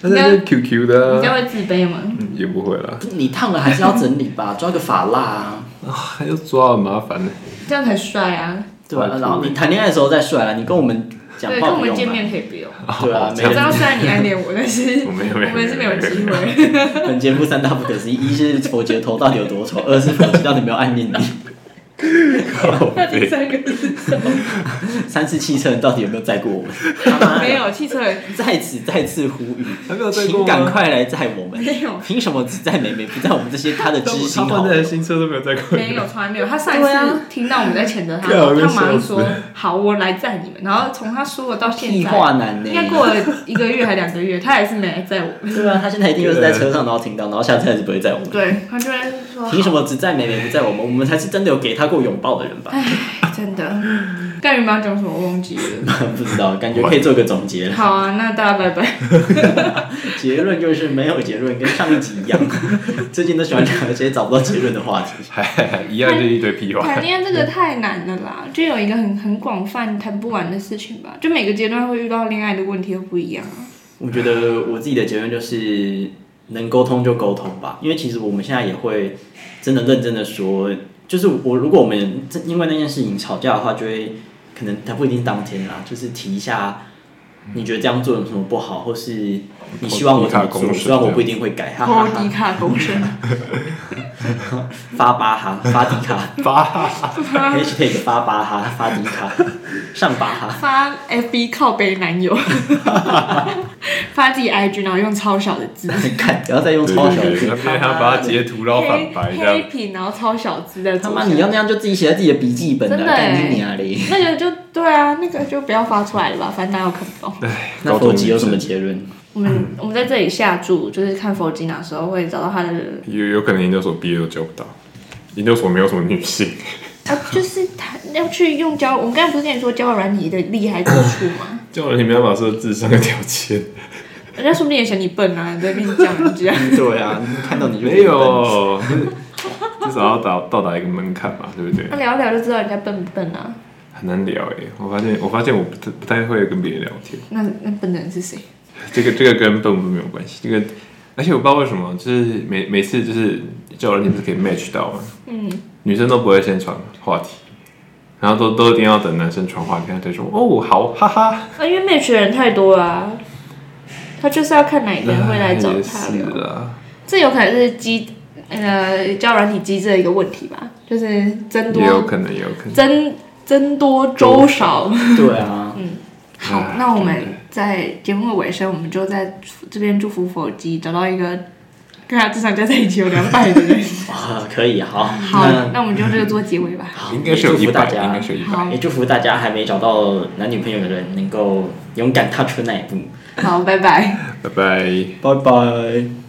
Speaker 1: 他在那 QQ
Speaker 2: 你
Speaker 1: 的
Speaker 2: 这样
Speaker 1: 啊，
Speaker 2: 会自卑吗？
Speaker 1: 嗯也不会啦，
Speaker 3: 你烫了还是要整理吧，抓个发蜡啊，
Speaker 1: 还要抓很麻烦呢。
Speaker 2: 这样才帅啊！
Speaker 3: 对吧、然后你谈恋爱的时候再帅了，你跟我们讲
Speaker 2: 对，跟
Speaker 3: 话
Speaker 2: 我
Speaker 3: 不
Speaker 2: 们
Speaker 3: 用
Speaker 2: 见
Speaker 3: 吧？
Speaker 2: 面可以不用。
Speaker 3: 对啊，
Speaker 2: 我知
Speaker 3: 每
Speaker 2: 道虽然你暗恋我，但是
Speaker 1: 我
Speaker 2: 我
Speaker 1: 没有没有
Speaker 2: 们是没有机
Speaker 1: 没有
Speaker 2: 会。
Speaker 3: 本节目三大不可思议：一是佛杰头到底有多丑，二是佛杰到底有没有暗恋 <laughs> 你，
Speaker 1: 靠
Speaker 2: <laughs> 那第
Speaker 1: 背，
Speaker 2: 三个是什么？
Speaker 3: 三是汽车人到底有没有载过我们？他妈的
Speaker 2: 没有汽车人
Speaker 3: 在此再次呼 <laughs> 吁，
Speaker 1: 还没有载过
Speaker 3: 请
Speaker 1: 吗
Speaker 3: 赶快来载我们。
Speaker 2: 没
Speaker 3: <laughs>
Speaker 2: 有
Speaker 3: 凭什么只载美美，不载我们这些她的知心
Speaker 1: 他
Speaker 3: 好
Speaker 1: 换
Speaker 3: 友
Speaker 1: 的？新车都没有载过。
Speaker 2: 没有，从来没有。他上一
Speaker 3: 对啊
Speaker 2: 次听到我们在谴责他，
Speaker 1: 看我被
Speaker 2: 他马
Speaker 1: 笑
Speaker 2: 上说：“好，我来载你们。”然后从他说了到现
Speaker 3: 屁
Speaker 2: 在，
Speaker 3: 话男呢
Speaker 2: 应？该过了一个月还两个月，他还是没来载我们。
Speaker 3: 对啊，他现在一定就是在车上，然后听到，然后下次还是不会载我们。
Speaker 2: 对，他居然说 <laughs>
Speaker 3: 凭什么只载美美不载我们？我们才是真的有给他过拥抱的
Speaker 2: <laughs>
Speaker 3: 人：“吧？
Speaker 2: 哎，真的。”盖云帮讲什么我忘记了。
Speaker 3: 不知道，感觉可以做个总结了。
Speaker 2: 好啊，那大家拜拜。
Speaker 3: 结论就是没有结论，跟上一集一样。 <laughs> 最近都喜欢聊一些找不到结论的话题。
Speaker 1: 还 <laughs> 一样是一堆屁话
Speaker 3: <laughs>
Speaker 2: 谈。恋爱这个太难了啦，就有一个很很广泛谈不完的事情吧，就每个阶段会遇到恋爱的问题都不一样啊。
Speaker 3: 我觉得我自己的结论就是，能沟通就沟通吧。因为其实我们现在也会真的认真的说，就是我如果我们真因为那件事情吵架的话，就会可能它不一定是当天啦，就是提一下，你觉得这样做有什么不好，或是你希望我怎么
Speaker 1: 口头
Speaker 3: 做，
Speaker 1: 公审
Speaker 3: 虽然我不一定会改，哈哈
Speaker 2: 波迪
Speaker 3: 哈，
Speaker 2: 卡狗神，
Speaker 3: 发巴哈，发迪
Speaker 1: <laughs>
Speaker 3: 卡
Speaker 1: 八，
Speaker 3: ，#hashtag 发巴哈，发迪卡，上巴哈。 <laughs>
Speaker 2: 发 FB 靠背男
Speaker 1: <laughs>
Speaker 2: 友，发自己 IG，然后用超小的字。
Speaker 3: 看，不要再用
Speaker 1: 对
Speaker 3: 超小
Speaker 1: 对
Speaker 3: 字
Speaker 1: 对，，他
Speaker 3: 他
Speaker 1: 变
Speaker 3: 妈
Speaker 1: 他把它
Speaker 3: 的
Speaker 1: 截图然后反白这
Speaker 2: 黑
Speaker 1: 样，
Speaker 2: 屏，然后超小字在
Speaker 3: 他
Speaker 2: 左
Speaker 3: 妈
Speaker 2: 下。
Speaker 3: 你要那样就自己写在自己的笔记本
Speaker 2: 真
Speaker 3: 了，
Speaker 2: 的
Speaker 3: 干
Speaker 2: 欸
Speaker 3: 你
Speaker 1: <laughs>
Speaker 3: 娘嘞！
Speaker 2: 那个就对啊，那个就不要发出来了吧，反正大家又看不懂。
Speaker 3: <laughs> 那佛吉有什么结论？
Speaker 2: 我们我们在这里下注，就是看佛吉哪时候会找到他的，
Speaker 1: 有有可能研究所毕业都交不到，研究所没有什么女性，
Speaker 2: 啊，就是他要去用交。我们刚才不是跟你说交友软体的厉害之处 <coughs> 吗？
Speaker 1: 叫人你没办法说智商的条
Speaker 3: <laughs>
Speaker 1: 件。
Speaker 2: 人家说不定也嫌你笨啊，你在跟你讲人家。
Speaker 3: 对啊，看到你就
Speaker 1: 没，有，至少要到到达一个门槛吧，对不对
Speaker 2: <laughs> 那？聊一聊就知道人家笨不笨啊。
Speaker 1: 很难聊哎、我发现我发现我不太不太会跟别人聊天，
Speaker 2: 那那笨的人是谁？
Speaker 1: 这个这个跟笨不笨没有关系，这个而且我不知道为什么，就是每每次就是叫人你不是可以 match 到吗？
Speaker 2: 嗯，
Speaker 1: 女生都不会先传话题，然后都都一定要等男生传话题，他才说哦好哈哈，
Speaker 2: 啊，因为 match 的人太多了、啊，他就是要看哪一个人会来找
Speaker 1: 那哎也
Speaker 2: 他
Speaker 1: 是
Speaker 2: 聊。啊
Speaker 1: 啦，
Speaker 2: 这有可能是机呃交友软体机制的一个问题吧，就是增
Speaker 1: 也有
Speaker 2: 多
Speaker 1: 可能，也有可能。
Speaker 2: 增增多粥少。
Speaker 3: 对啊，
Speaker 2: 好
Speaker 1: 哎，
Speaker 2: 那我们
Speaker 1: 真的
Speaker 2: 在节目的尾声，我们就在这边祝福佛基找到一个跟他至少加在一起有两百的人。
Speaker 3: 哇，可以好，
Speaker 2: 好
Speaker 3: 那，
Speaker 2: 那我们就这个做结尾吧。
Speaker 3: 好
Speaker 1: 应该是有
Speaker 3: 也祝
Speaker 1: 一
Speaker 3: 福大
Speaker 1: 百，
Speaker 3: 家
Speaker 1: 应该是有一百。
Speaker 2: 好
Speaker 3: 也祝福大家还没找到男女朋友的人能够勇敢踏出那一步，
Speaker 2: 好，拜拜。
Speaker 1: 拜拜。
Speaker 3: 拜拜。